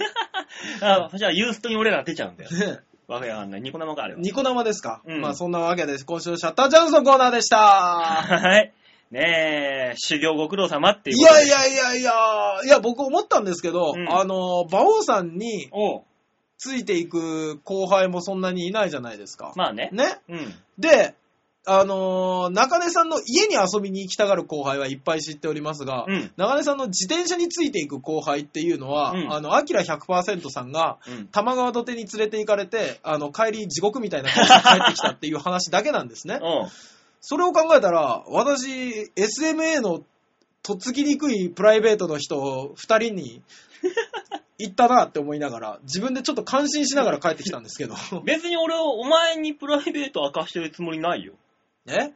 B: あじゃあ、ユーストに俺ら出ちゃうんだよ。
A: ね
B: わけわかんない。ニコ生があるよ。
A: ニコ生ですか、
B: うん
A: まあそんなわけで、今週のシャッターチャンスのコーナー
B: *laughs*
A: でした。
B: はい。ねえ、修行ご苦労様っていう
A: い
B: こと
A: や
B: で。
A: いやいやいや、いや、僕思ったんですけど、
B: うん
A: あの、馬王さんに、
B: おう
A: ついていく後輩もそんなにいないじゃないですか。
B: まあね。
A: ね。
B: うん。
A: で、あのー中根さんの家に遊びに行きたがる後輩はいっぱい知っておりますが、
B: うん
A: 中根さんの自転車についていく後輩っていうのは、
B: うん
A: あの、アキラ100%さんが、
B: うん。
A: 玉川土手に連れて行かれて、あの、帰り地獄みたいな感じで帰ってきたっていう話だけなん
B: *laughs*
A: ですね。
B: おう
A: それを考えたら、私、SMA のとっつきにくいプライベートの人2人
B: *laughs*
A: に行ったなって思いながら、自分でちょっと感心しながら帰ってきたん
B: *laughs*
A: ですけど。
B: 別に俺はお前にプライベート明かしてるつもりないよ。
A: ね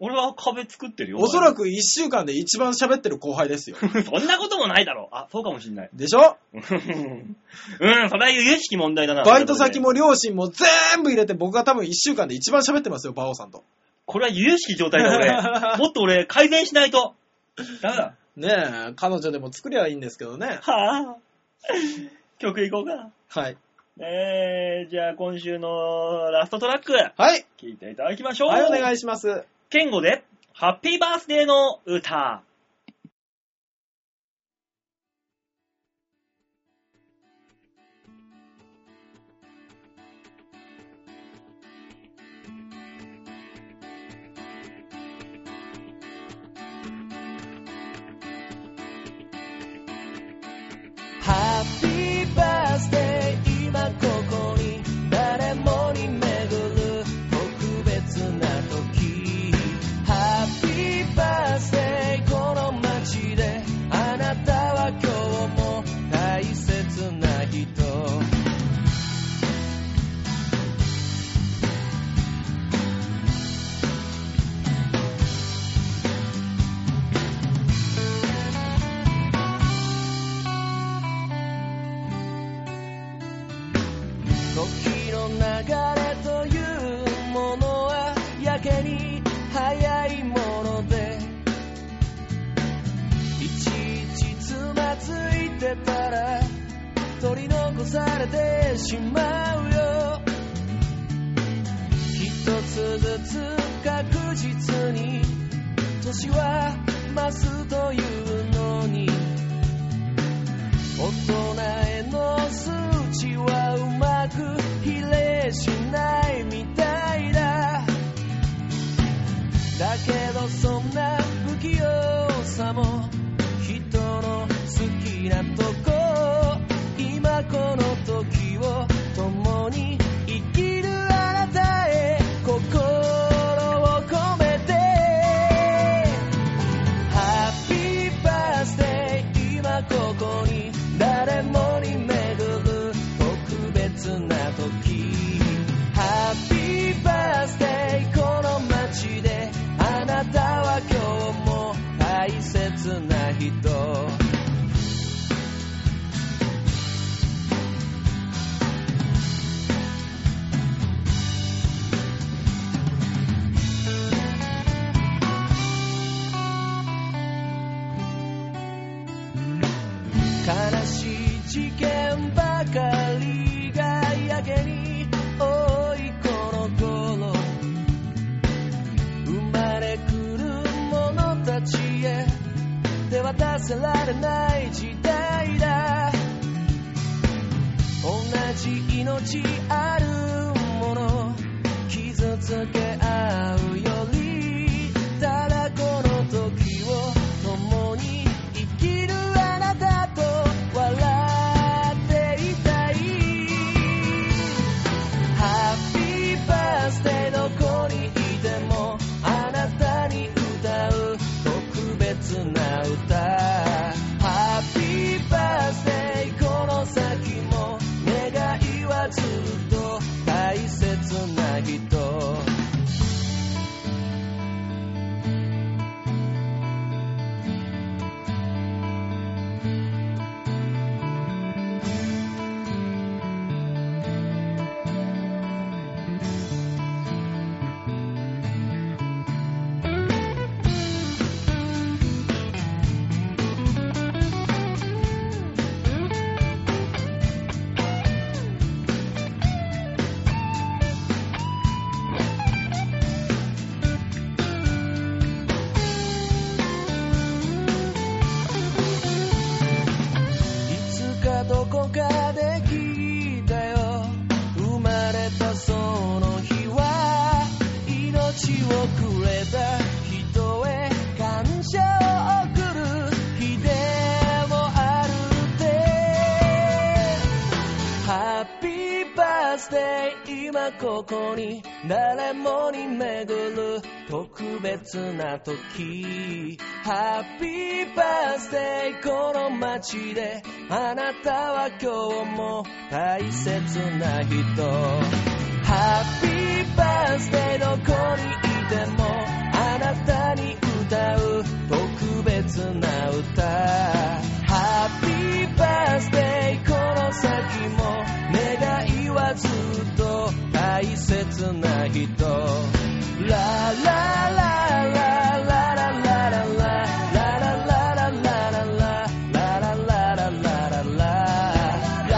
B: 俺は壁作ってるよ。
A: おそら
B: く。
A: く1週間で一番喋ってる後輩ですよ。
B: *laughs* そんなこともないだろう。あ、そうかもしんない。 *laughs*
A: でしょ
B: うん、それは由々しき問題だな。
A: バイト先。も両親も全部入れて僕が多分1週間で一番喋ってますよ、馬王さんと。
B: これは由々しき状態だ、
A: *laughs*
B: 俺。もっと俺、改善しないと。ダメだ。
A: ねえ、彼女でも作りゃいいんですけどね。
B: はぁ、曲いこうか。
A: はい。
B: えー、じゃあ今週のラストトラック、
A: はい。
B: 聴いていただきましょう。
A: はい、お願いします。
B: ケンゴで、ハッピーバースデーの歌。
C: ハッピーバースデー今ここに誰もに巡る特別な時ハッピーバースデーこの街であなたは今日も大切な人時の流れというものはやけに早いものでいちいちつまずいてたら取り残されてしまうよ一つずつ確実に年は増すというのに大人への数値はうまく比例しないみたいだだけどそんな不器用さも人の好きなとこ今この時を共に生きるあなたへ心を込めてハッピーバースデー今ここに誰もに巡る特別な時ハッピーバースデーこの街であなたは今日も大切な人悲しい事件ばかりがやけに多いこの頃生まれくる者たちへ手渡せられない時代だ同じ命あるもの傷つけ合うよりただこの時を共に生きるあなたと笑っていたいハッピーバースデーどこにいてもあなたに歌う特別な歌ハッピーバースデーこの先も願いはずっと大切な人今ここに誰もに巡る特別な時ハッピーバースデーこの街であなたは今日も大切な人ハッピーバースデーどこにいてもあなたに歌う特別な歌ハッピーバースデーこの先も願いはずっと大切な人ラララララララララララララララララララ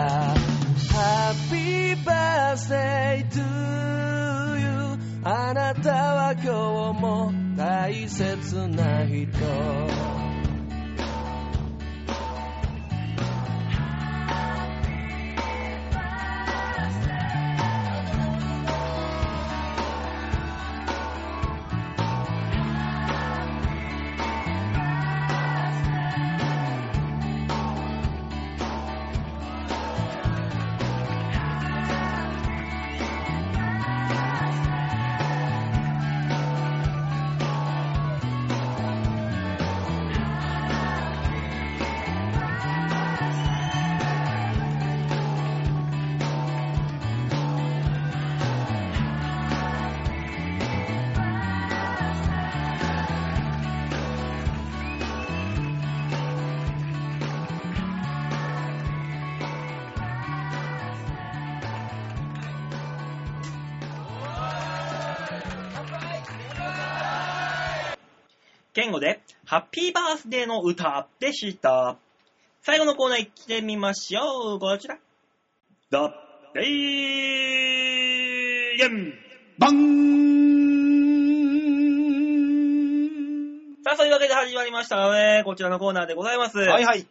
C: ハッピーバースデー to you あなたは今日も大切な人
B: 言語で、ハッピーバースデーの歌でした。最後のコーナー行ってみましょう。こちら。だ、でーげん
A: バ
B: さあ、そういうわけで始まりましたね。こちらのコーナーでございます。
A: はいはい。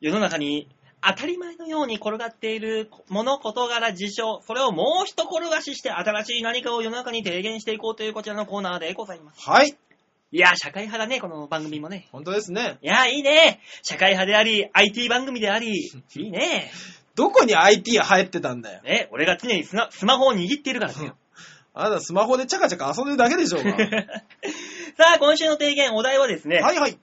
B: 世の中に当たり前のように転がっているもの、事柄、事象、それをもう一転がしして新しい何かを世の中に提言していこうというこちらのコーナーでございます。
A: はい。
B: いやー、社会派だね、この番組もね。
A: 本当ですね。
B: いやー、いいね。社会派であり、IT 番組で
A: *laughs*
B: あり、いいね。
A: どこに IT 入ってたんだよ。
B: ね、俺が常にスマスマホを握っているからだよ。
A: あなたスマホでチャカチャカ遊んでるだけでしょう
B: *laughs* さ
A: が。は
B: あ、今週の提言、お題はですね、
A: いはい。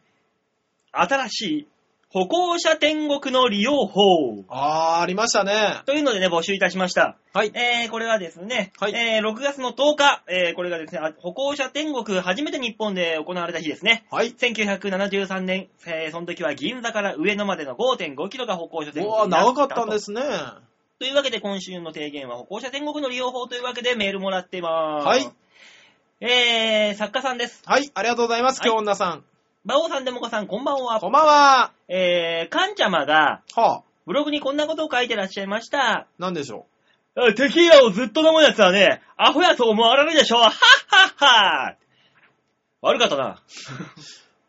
B: 新しい歩行者天国の利用法
A: あー、ありましたね。
B: というのでね、募集いたしました。
A: はい。
B: えー、これはですね、
A: はい
B: えー、6月の10日、えー、これがですね、あ歩行者天国初めて日本で行われた日ですね。
A: はい。
B: 1973年、えー、その時は銀座から上野までの5.5キロが歩行者天国にな。
A: おー、長かったんですすね。
B: というわけで今週の提言は歩行者天国の利用法というわけでメールもらってます。
A: はい。
B: えー、作家さんです。
A: はい、ありがとうございます、
B: はい
A: 京女さん。
B: 馬王さん、デモカさん、こんばんは。
A: こんばんは。
B: えー、かんちゃまが、
A: はあ、
B: ブログにこんなことを書いてらっしゃいました。
A: なんでしょ
B: あテキーラをずっと飲むやつはね、アホやと思われるでしょはっはっは悪かったな。
A: う。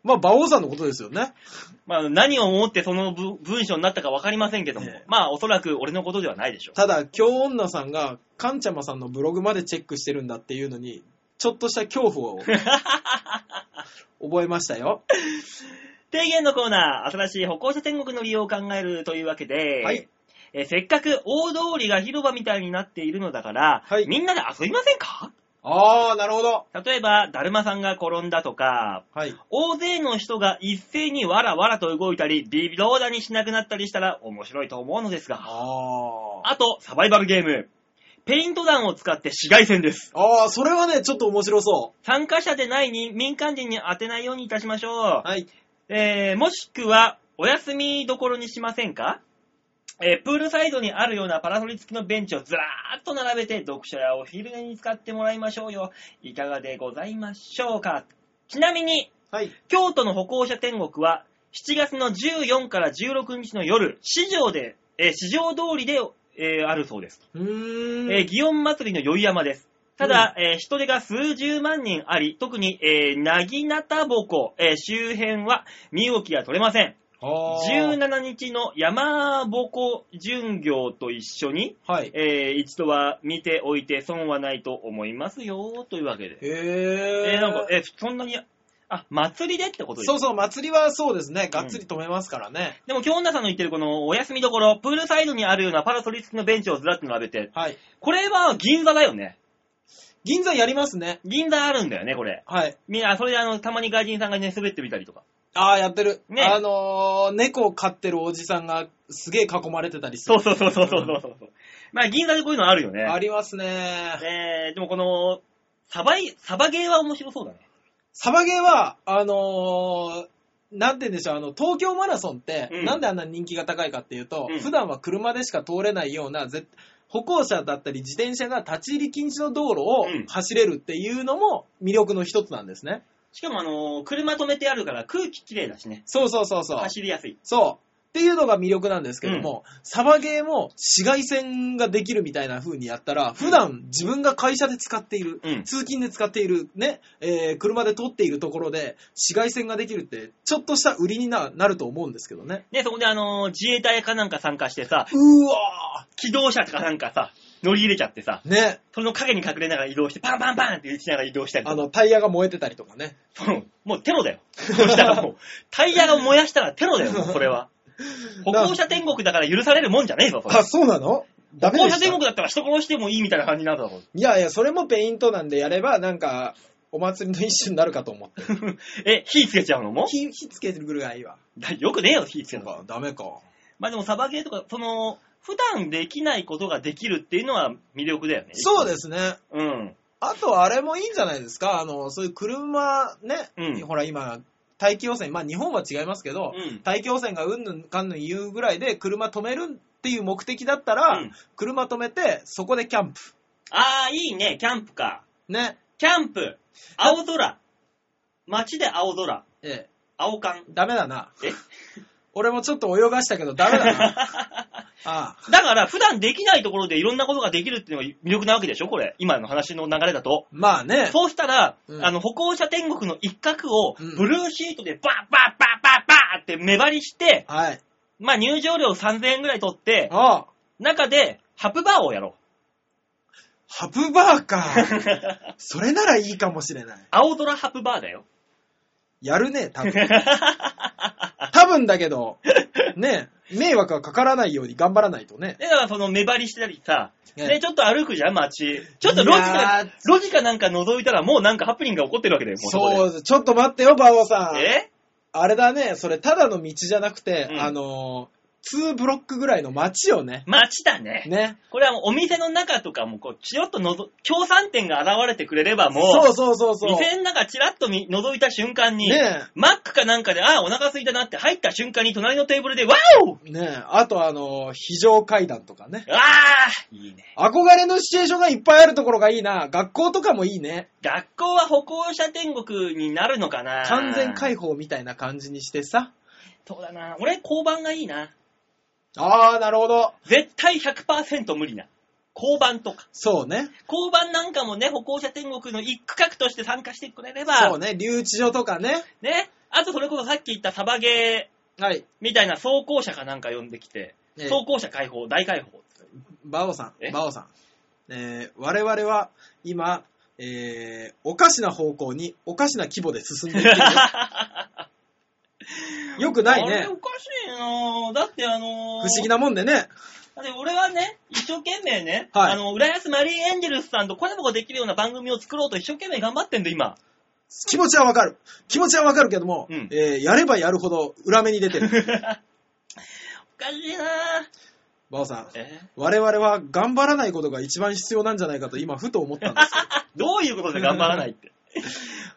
A: まあ、馬王さんのことですよね。
B: まあ、何を思ってその文文章になったかわかりませんけども、
A: ええ
B: まあ、おそらく俺のことではないでしょう。
A: ただ、京女さんが、かんちゃまさんのブログまでチェックしてるんだっていうのに、ちょっとした恐怖を覚えましたよ。
B: 提言のコーナー、新しい歩行者天国の利用を考えるというわけで、
A: はい
B: えーせっかく大通りが広場みたいになっているのだから、
A: はい
B: みんなで遊びませんか
A: あー、なるほど。
B: 例えば、だるまさんが転んだとか、
A: はい。
B: 大勢の人が一斉にわらわらと動いたり、微動だにしなくなったりしたら面白いと思うのですが。
A: あー。
B: あと、サバイバルゲーム。ペイント弾を使って紫外線です。
A: あー、それはね、ちょっと面白そ
B: 参加者でないに民間人に当てないようにいたしましょう。
A: う。はい。
B: えー、もしくは、お休みどころにしませんかえー、プールサイドにあるようなパラソル付きのベンチをずらーっと並べて、読者やお昼寝に使ってもらいましょうよ。いかがでございましょうか。ちなみに、
A: はい。
B: 京都の歩行者天国は7月の14から16日の夜市場で、えー市場通りで、えーあるそうです、
A: うーん。
B: えー祇園祭りの宵山ですただ、えー人手が数十万人あり、特に、えー、なぎなたぼこ、えー周辺は身動きが取れません。
A: あー
B: 17日の山ぼこ巡業と一緒に、
A: はい。
B: えー一度は見ておいて損はないと思いますよ、というわけで。
A: へ
B: えーなんか、えーそんなに、あ、祭りでってことです
A: そうそう、祭りはそうですね。がっつり止めますからね。
B: でも、京女さんの言ってるこのお休みどころ、プールサイドにあるようなパラソリ付きのベンチをずらっと並べて、
A: はい。
B: これは銀座だよね。
A: 銀座やりますね。
B: 銀座あるんだよね、これ。
A: はい。
B: みんな、それであの、たまに外人さんがね、滑ってみたりとか。
A: ああ、やってる。
B: ね
A: あのー、猫を飼ってるおじさんがすげえ囲まれてたりす
B: そ
A: る。
B: うそうそうそうそうそうそう。まあ、銀座でこういうのあるよね。
A: ありますね。
B: えー、でもこの、サバイ、サバゲーは面白そうだね。
A: サバゲーは、あのーなんて言うんでしょう、あの、東京マラソンって、
B: うん
A: なんであんなに人気が高いかっていうと、
B: うん
A: 普段は車でしか通れないような、ぜ歩行者だったり自転車が立ち入り禁止の道路を
B: うん
A: 走れるっていうのも魅力の一つなんですね。
B: しかもあの、車止めてあるから空気きれいだしね。
A: そうそうそうそう。
B: 走りやすい。
A: そう。っていうのが魅力なんですけども、サバゲーも紫外線ができるみたいな風にやったら、普段自分が会社で使っている、
B: うん
A: 通勤で使っている、ね、えー車で撮っているところで紫外線ができるって、ちょっとした売りにななると思うんですけどね。
B: ね、そこであの、自衛隊かなんか参加してさ、
A: うわ
B: 機動車とかなんかさ、乗り入れちゃってさ、
A: ーね、
B: その影に隠れながら移動して、パンパンパンって打ちながら移動したりと
A: あ
B: か。
A: の、タイヤが燃えてたりとかね。
B: そうもうテロだよ。そしたらもう、タイヤが燃やしたらテロだよ、もうこれ
A: *laughs*
B: は。歩行者天国だから許されるもんじゃねえぞ、それ
A: あ、そうなのダ
B: 歩
A: メ
B: 行者
A: でし
B: 天
A: た
B: 国だったら人殺してもいいみたいな感じなんだろう。
A: いやいや、それもペイントなんでやれば、なんか、お祭りの一種になるかと思って。
B: え、火つけちゃうのも
A: 火、火つけてるぐらいは。
B: だよくねえよ、火つけ
A: そう
B: るの。
A: か、ダメか。
B: まあでもサバゲーとか、その、普段できないことができるっていうのは魅力だよね。。
A: そうですすね。
B: うん。
A: あとあれもいいんじゃないですかあの、そういう車ね、
B: うん
A: ほら今、大気汚染、まあ日本は違いますけど、
B: うん
A: 大気汚染がうんぬんかんぬん言うぐらいで車止めるっていう目的だったら、
B: うん
A: 車止めてそこでキャンプ。
B: ああ、いいね、キャンプか。
A: ね。
B: キャンプ、青空、街で青空、
A: ええ、
B: 青缶。
A: ダメだな。
B: え
A: *laughs* 俺もちょっと泳がしたけどダメ
B: *laughs*
A: だな。ああ
B: だから、普段できないところでいろんなことができるっていうのが魅力なわけでしょこれ。今の話の流れだと。
A: まあ *laughs* ね。
B: そうしたら、
A: うん
B: あの、歩行者天国の一角を、
A: うん
B: ブルーシートでバッバッバッバッバーって目張りして、
A: はい。
B: まあ、入場料3000円ぐらい取って、
A: ああ
B: 中で、ハプバーをやろ
A: ハプバーか。 *laughs*
B: う。
A: それならいいかもしれない。
B: 青空ハプバーだ
A: *laughs*
B: よ。
A: やるね、
B: *laughs*
A: 多分。多分だけど、ね、迷惑がかからないように頑張らないとね。
B: で、だからその目張りしてたりさ、
A: ね
B: で、ちょっと歩くじゃん、街。ちょっと路地
A: いや
B: か
A: ー、
B: 路地かなんか覗いたら、もうなんかハプニングが起こってるわけだよ、もうこ
A: そう、ちょっと待ってよ、馬王さん。
B: で。え
A: あれだね、それただの道じゃなくて、
B: うん
A: あのー、2ブロックぐらいの街をね、
B: 街だね。
A: ね。
B: これはもうお店の中とかも、こう、ちょっとのぞ、協賛店が現れてくれればもう、
A: そうそうそうそう。
B: 店の中チラッと見覗いた瞬間に、
A: ね
B: マックかなんかで、ああ、お腹空いたなって入った瞬間に隣のテーブルで、ワオ
A: え、ねえ、あとあのー、非常階段とかね。
B: ああいいね。
A: 憧れのシチュエーションがいっぱいあるところがいいな。学校とかもいいね。
B: 学校は歩行者天国になるのかな
A: 完全開放みたいな感じにしてさ。
B: そうだな。俺、交番がいいな。
A: あー、なるほど。
B: 絶対100%無理な。交番とか。
A: そうね。
B: 交番なんかもね、歩行者天国の一区画として参加してくれれば、
A: そうね。留置所とかね。
B: ね。あと、それこそさっき言ったサバゲー
A: はい。
B: みたいな装甲車かなんか呼んできて、
A: ええ
B: 装甲車解放、大解
A: *laughs*
B: 放。
A: バオさ
B: え
A: ん、バオさん。えー我々は今、えーおかしな方向に、おかしな規模で進んでいって
B: *laughs*
A: るよ。よくない
B: あれ
A: ね
B: お。かしいなぁだってあのー
A: 不思議なもんでね。
B: だって俺はね、一生懸命ね、
A: はい
B: あの、浦安マリーエンジェルスさんとコラボができるような番組を作ろうと一生懸命頑張ってんだ、今。
A: 気持ちはわかる。気持ちはわかるけども、
B: うん
A: えーやればやるほど裏目に出て
B: お *laughs*
A: る。
B: かしいなぁ
A: バオさん。
B: え
A: 我々は頑張らないことが一番必要なんじゃないかと今ふと思ったんで
B: *laughs*
A: すよ。
B: どういうことで頑張らない
A: *laughs*
B: って。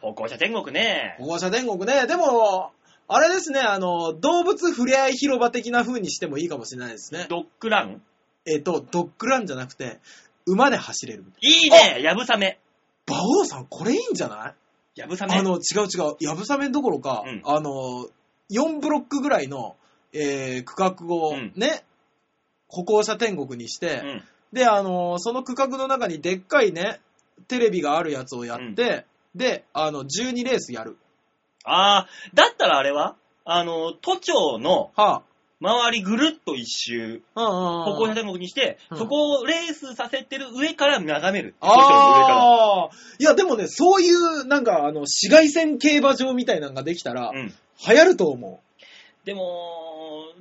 B: 歩行者天国ね。
A: 保護者天国ね。でも、あれですね、あの、動物ふれあい広場的な風にしてもいいかもしれないですね。
B: ドッグラン
A: えっ、と、ドッグランじゃなくて、馬で走れる。
B: いいね、やぶさめ。
A: 馬王さん、これいいんじゃない
B: やぶさめ。
A: あの、違う違う、やぶさめどころか、
B: うん
A: あの、4ブロックぐらいの、えー区画を
B: うん
A: ね、歩行者天国にし
B: う
A: て、
B: ん、
A: で、あの、その区画の中にでっかいね、テレビがあるやつをやって、で、あの、12レースやる。
B: ああ、だったらあれはあの、都庁の
A: は
B: 周りぐるっと一周、
A: あ。うんうんうん。
B: 歩行者天国にして、
A: うん
B: そこをレースさせてる上から眺める。都庁の上から。
A: ああ。いや、でもね、そういう、なんか、あの、紫外線競馬場みたいなのができたら、
B: うん
A: 流行ると思
B: でも、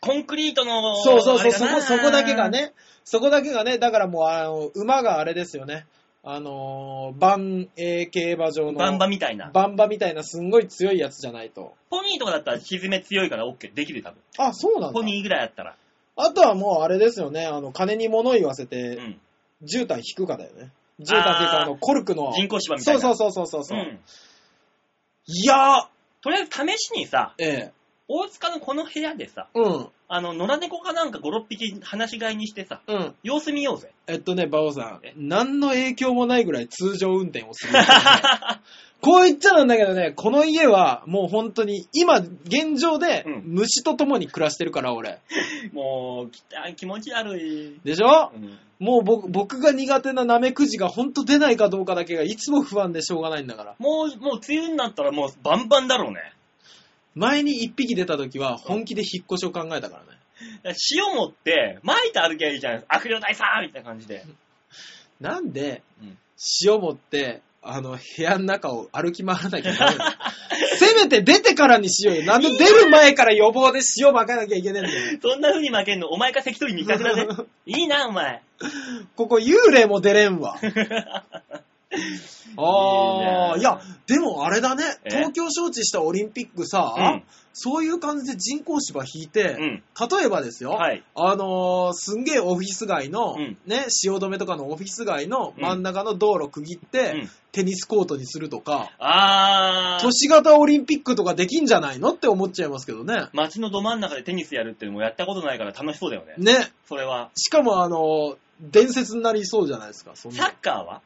B: コンクリート
A: う。
B: の、
A: そうそう
B: あ
A: そう、
B: れか
A: そ
B: な
A: こ、そこだけが。ね、そこだけがね、だからもう、あの、馬があれですよね。あのー、万栄競馬場の、
B: バンバみたいな。
A: バンバみたいなすんごい強いやつじゃないと。
B: ポニーとかだったら沈め強いから OK できる多分。
A: あ、そうなんだ
B: ポ。ニーぐらいだったら。
A: あとはもうあれですよね、あの、金に物言わせ
B: う
A: て、
B: ん。
A: 絨毯引くかだよね。絨毯っていう
B: あ
A: か、
B: ー
A: あの、コルクの。
B: 人工芝みたいな。
A: そうそうそうそうそう。
B: うん
A: いやー、
B: とりあえず試しにさ、
A: ええ。
B: 大塚のこの部屋でさ、
A: うん、
B: あの、野良猫かなんか5、6匹放し飼いにしてさ、
A: うん。
B: 様子見ようぜ。
A: えっとね、バオさ
B: え
A: ん、何の影響もないぐらい通常運転
B: *laughs*
A: をする。こう言っちゃなんだけどね、この家はもう本当に、今、現状で
B: うん
A: 虫と共に暮らしてるから、俺。
B: もう、きた気持ち悪い。
A: でしょ
B: うん
A: もう僕僕が苦手なナメクジが本当出ないかどうかだけがいつも不安でしょうがないんだから。
B: もう、もう梅雨になったらもうバンバンだろうね。
A: 前に一匹出た時は本気で引っ越しを考えたからね。
B: 塩持って、撒いて歩きゃいいじゃん。悪霊大さんみたいな感じで。
A: なんで
B: うん、
A: 塩持って、あの、部屋の中を歩き回らなきゃいけな
B: *laughs*
A: いのせめて出てからにしようよ。なんで出る前から予防で塩まかなきゃいけないんだよ。
B: *laughs* そんな風に負けんの、お前か関取にいたくだね。いいな、お前。
A: ここ幽霊も出れ
B: *laughs*
A: んわ。あ
B: いい
A: あ、
B: ね
A: いや、でもあれだね、
B: え
A: 東京招致したオリンピックさ、
B: うん
A: そういう感じで人工芝引いて、
B: うん
A: 例えばですよ、
B: はい
A: あのーすんげえオフィス街の、
B: うん
A: ね、汐留とかのオフィス街の真ん中の道路区切って、
B: うん
A: テニスコートにするとか、
B: あー
A: 都。市型オリンピックとかできんじゃないのって思っちゃいますけどね。
B: 街のど真ん中でテニスやるっていうのもやったことないから楽しそうだよね。
A: ね、
B: それは。
A: しかもあのー伝説になりそうじゃないですか、そんな
B: サッカーは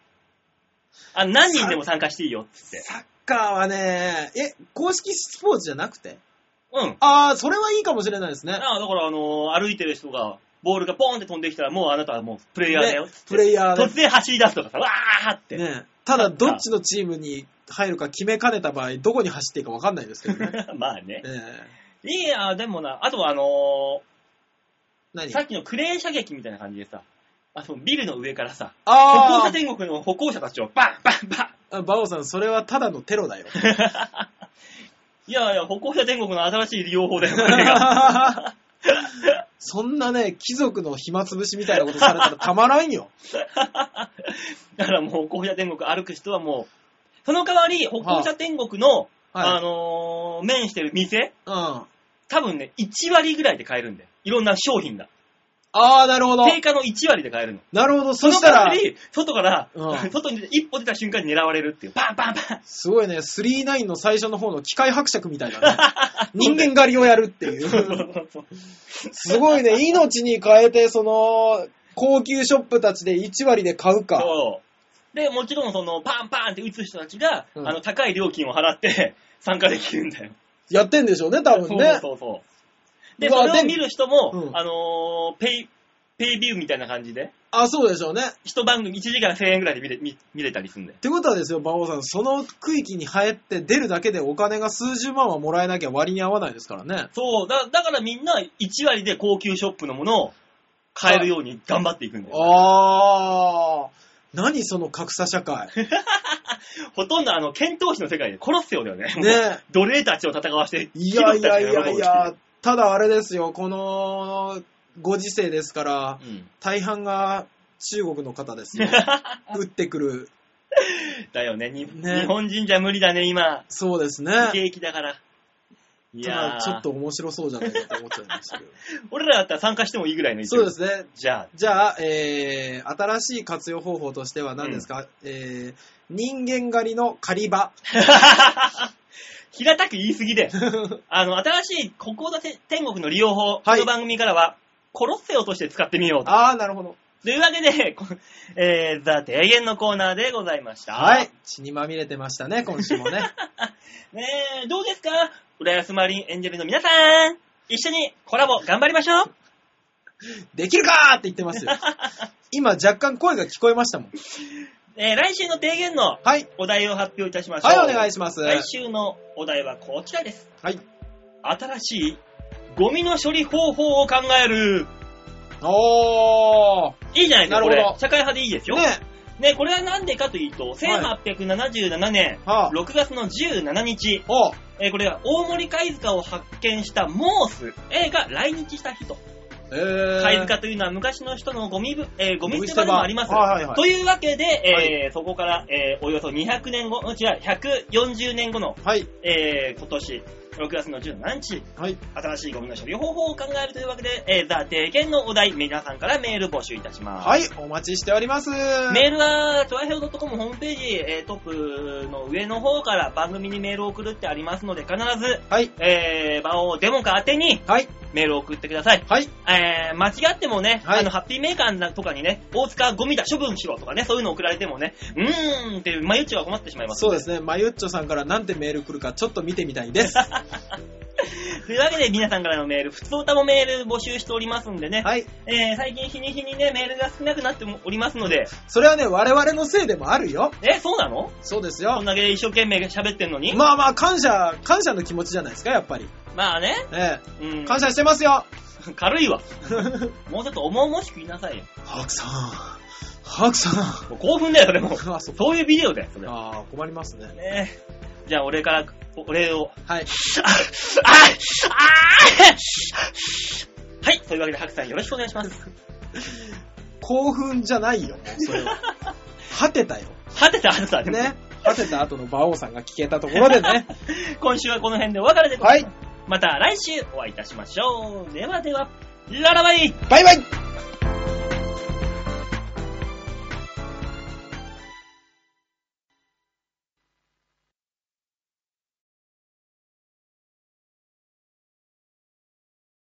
B: あ、何人でも参加していいよっつって。
A: サッカーはね、え、公式スポーツじゃなくて
B: うん。
A: ああ、それはいいかもしれないですね。
B: あだから、あのー歩いてる人が、ボールがポーンって飛んできたら、もうあなたはもうプレイヤーだよっつって。
A: プレイヤー
B: 突然走り出すとかさ、わーって。
A: で。ね、ただ、どっちのチームに入るか決めかねた場合、どこに走っていいか分かんないですけ *laughs* どね。
B: *laughs* まあね。
A: ええ
B: いいや、でもな、あとはあのー
A: 何
B: さっきのクレー射撃みたいな感じでさ、あのビルの上からさ、歩行
A: あ
B: 者天国の歩行者たちをバンバンバン
A: あ、バオさん、それはただのテロだよ。
B: *laughs* いやいや、歩行者天国の新しい利用法だ
A: *laughs*
B: よ、これが
A: そんなね、貴族の暇つぶしみたいなことされたらたまらんよ。
B: だからもう歩行者天国歩く人はもう、その代わり歩行者天国の、あ
A: はい。
B: のー面してる店、
A: うん。あ
B: 多分ね、1割ぐらいで買えるんだよ。いろんな商品が。
A: あー、なるほど。
B: 定価の1割で買えるの。
A: なるほど。
B: そ
A: そ
B: の
A: した
B: 代
A: ら
B: わ、り、外から、
A: うん
B: 外に一歩出た瞬間に狙われるっていう。バンバンバン
A: すごいね、39の最初の方の機械伯爵みた
B: *laughs*
A: いなね、人間狩りをやるっていう。すごいね、命に変えて、その、高級ショップたちで1割で買うか。
B: そう。で、もちろんその、パンパンって打つ人たちが、
A: うん
B: あの、高い料金を払って参加できるんだよ。
A: やってんでしょうね、多分
B: そ
A: ね。
B: うそうそう。で、
A: う
B: そ
A: わ
B: れを見る人も、
A: うん
B: あのーペイ、ペイビューみたいな感じで、
A: あ、そうでしょうね。っ
B: 一番組1時間1000円ぐらいで見れ見見れたりするんだよ。
A: てことはですよ、馬王さん、その区域に入って出るだけでお金が数十万はもらえなきゃ割に合わないですからね。
B: そう、だだからみんな1割で高級ショップのものを買えるように頑張っていくんだよ。
A: あー、何その格差社 *laughs* 会。
B: ほとんどあの、剣闘士の世界で殺すよだよね。もう
A: ね。
B: 奴隷たちを戦わして、
A: いやいやい
B: ヒロ
A: や
B: シたちが喜
A: い
B: ぶ
A: や、ただあれですよ、このご時世ですから
B: っ、ていう。うん
A: 大半が中国の方です *laughs* よ。打ってくる。
B: だよねに
A: ね
B: 日本人じゃ無理だね、今。
A: そうですね。
B: 不景気だから。い
A: た
B: や
A: だ
B: ー
A: ちょっと面白そうじゃないかと思っ *laughs* ちゃいましたけど。
B: 俺らだったら参加してもいいぐらいの勢い
A: そうで。すね。
B: じゃあ、
A: じゃあ、えー、新しい活用方法としては何ですか、えー、人間狩りの狩り場。
B: *laughs* 平たく言い過ぎ
A: *laughs*
B: で。あの、新しい国王だて天国の利用法、
A: は
B: こ
A: い
B: の番組からは、コロッセオとして使ってみようと。
A: あー、なるほど。
B: というわけで、こえー、ザ・提言のコーナーでございました。
A: はい。。血にまみれてましたね、今週もね。
B: ねえ、どうですか浦安マリンエンジェルの皆さん一緒にコラボ頑張りましょう *laughs*
A: できるかーって言ってますよ。今若干声が聞こえましたもん。
B: えー来週の提言の
A: はい。
B: お題を発表いたしましょう。
A: はい、お願いします。
B: 来週のお題はこちらです。
A: はい。
B: 新しいゴミの処理方法を考える。
A: おー。
B: いいじゃないですか、こ
A: なるほ
B: れ。
A: ど
B: 社会派でいいですよ。
A: ね
B: ね、これはなんでかというと、1877年
A: はあ
B: 6月の17日、
A: お
B: えーこれは大森貝塚を発見したモース、A が来日した人。
A: えー。
B: 貝塚というのは昔の人のゴミぶ、えーゴミ捨て場
A: ゴミ捨て
B: で
A: 場
B: もあります。
A: はいはいはい
B: というわけで、えーそこから、えーおよそ200年後、違う、140年後の、
A: はい。
B: えー今年6月の17日、
A: はい。
B: 新しいゴミの処理方法を考えるというわけで、えー、ザ・提言のお題、皆さんからメール募集いたします。
A: はい。お待ちしております。
B: メールは、トワヘオ .com ホームページ、えートップの上の方から番組にメールを送るってありますので、必ず、
A: はい。
B: えー、場をデモか宛てに
A: はい。
B: メールを送ってください。
A: はい。
B: えー、間違ってもね、
A: はい
B: あの、ハッピーメーカーとかにね、大塚ゴミだ、処分しろとかね、そういうの送られてもね、うーんっていう、まゆっちは困ってしまいます。
A: そうですね。まゆっちょさんからなんてメール来るかちょっと見てみた
B: *laughs*
A: いです。は
B: というわけで、皆さんからのメール、普通歌もメール募集しておりますんでね、
A: い。
B: えー、最近日に日にね、メールが少なくなっておりますので、
A: それはね、我々のせいでもあるよ。
B: え、そうなの
A: そうです
B: こ
A: よ
B: ん。だけ一生懸命喋ってんのに、ま
A: まあまあ、感謝、感謝の気持ちじゃないですか、やっぱり。
B: あね、
A: え
B: う
A: え
B: ん、
A: 感謝してますよ。
B: *laughs* 軽いわ。もうちょっと重々しく言いなさいよ。
A: ハクさん。ハクさん。
B: もう興奮だよ、それもう。
A: あ、そっか。
B: そういうビデオだよ、それ。
A: ああ、困りますね。
B: ねじゃあ、俺から、お礼を。 *laughs*
A: は
B: あ
A: い。
B: ああはい、というわけで、ハクさんよろしくお願いし
A: *laughs*
B: ます。
A: 興奮じゃないよ、もうそれ *laughs* は。果てたよ。
B: はてたはてた。でも
A: ね。果てた後の馬王さんが聞けたところでね。
B: 今週はこの辺でお別れでござ
A: はいい
B: ます。。また来週お会いいたしましょう。ではでは、ララバイ
A: バイバイ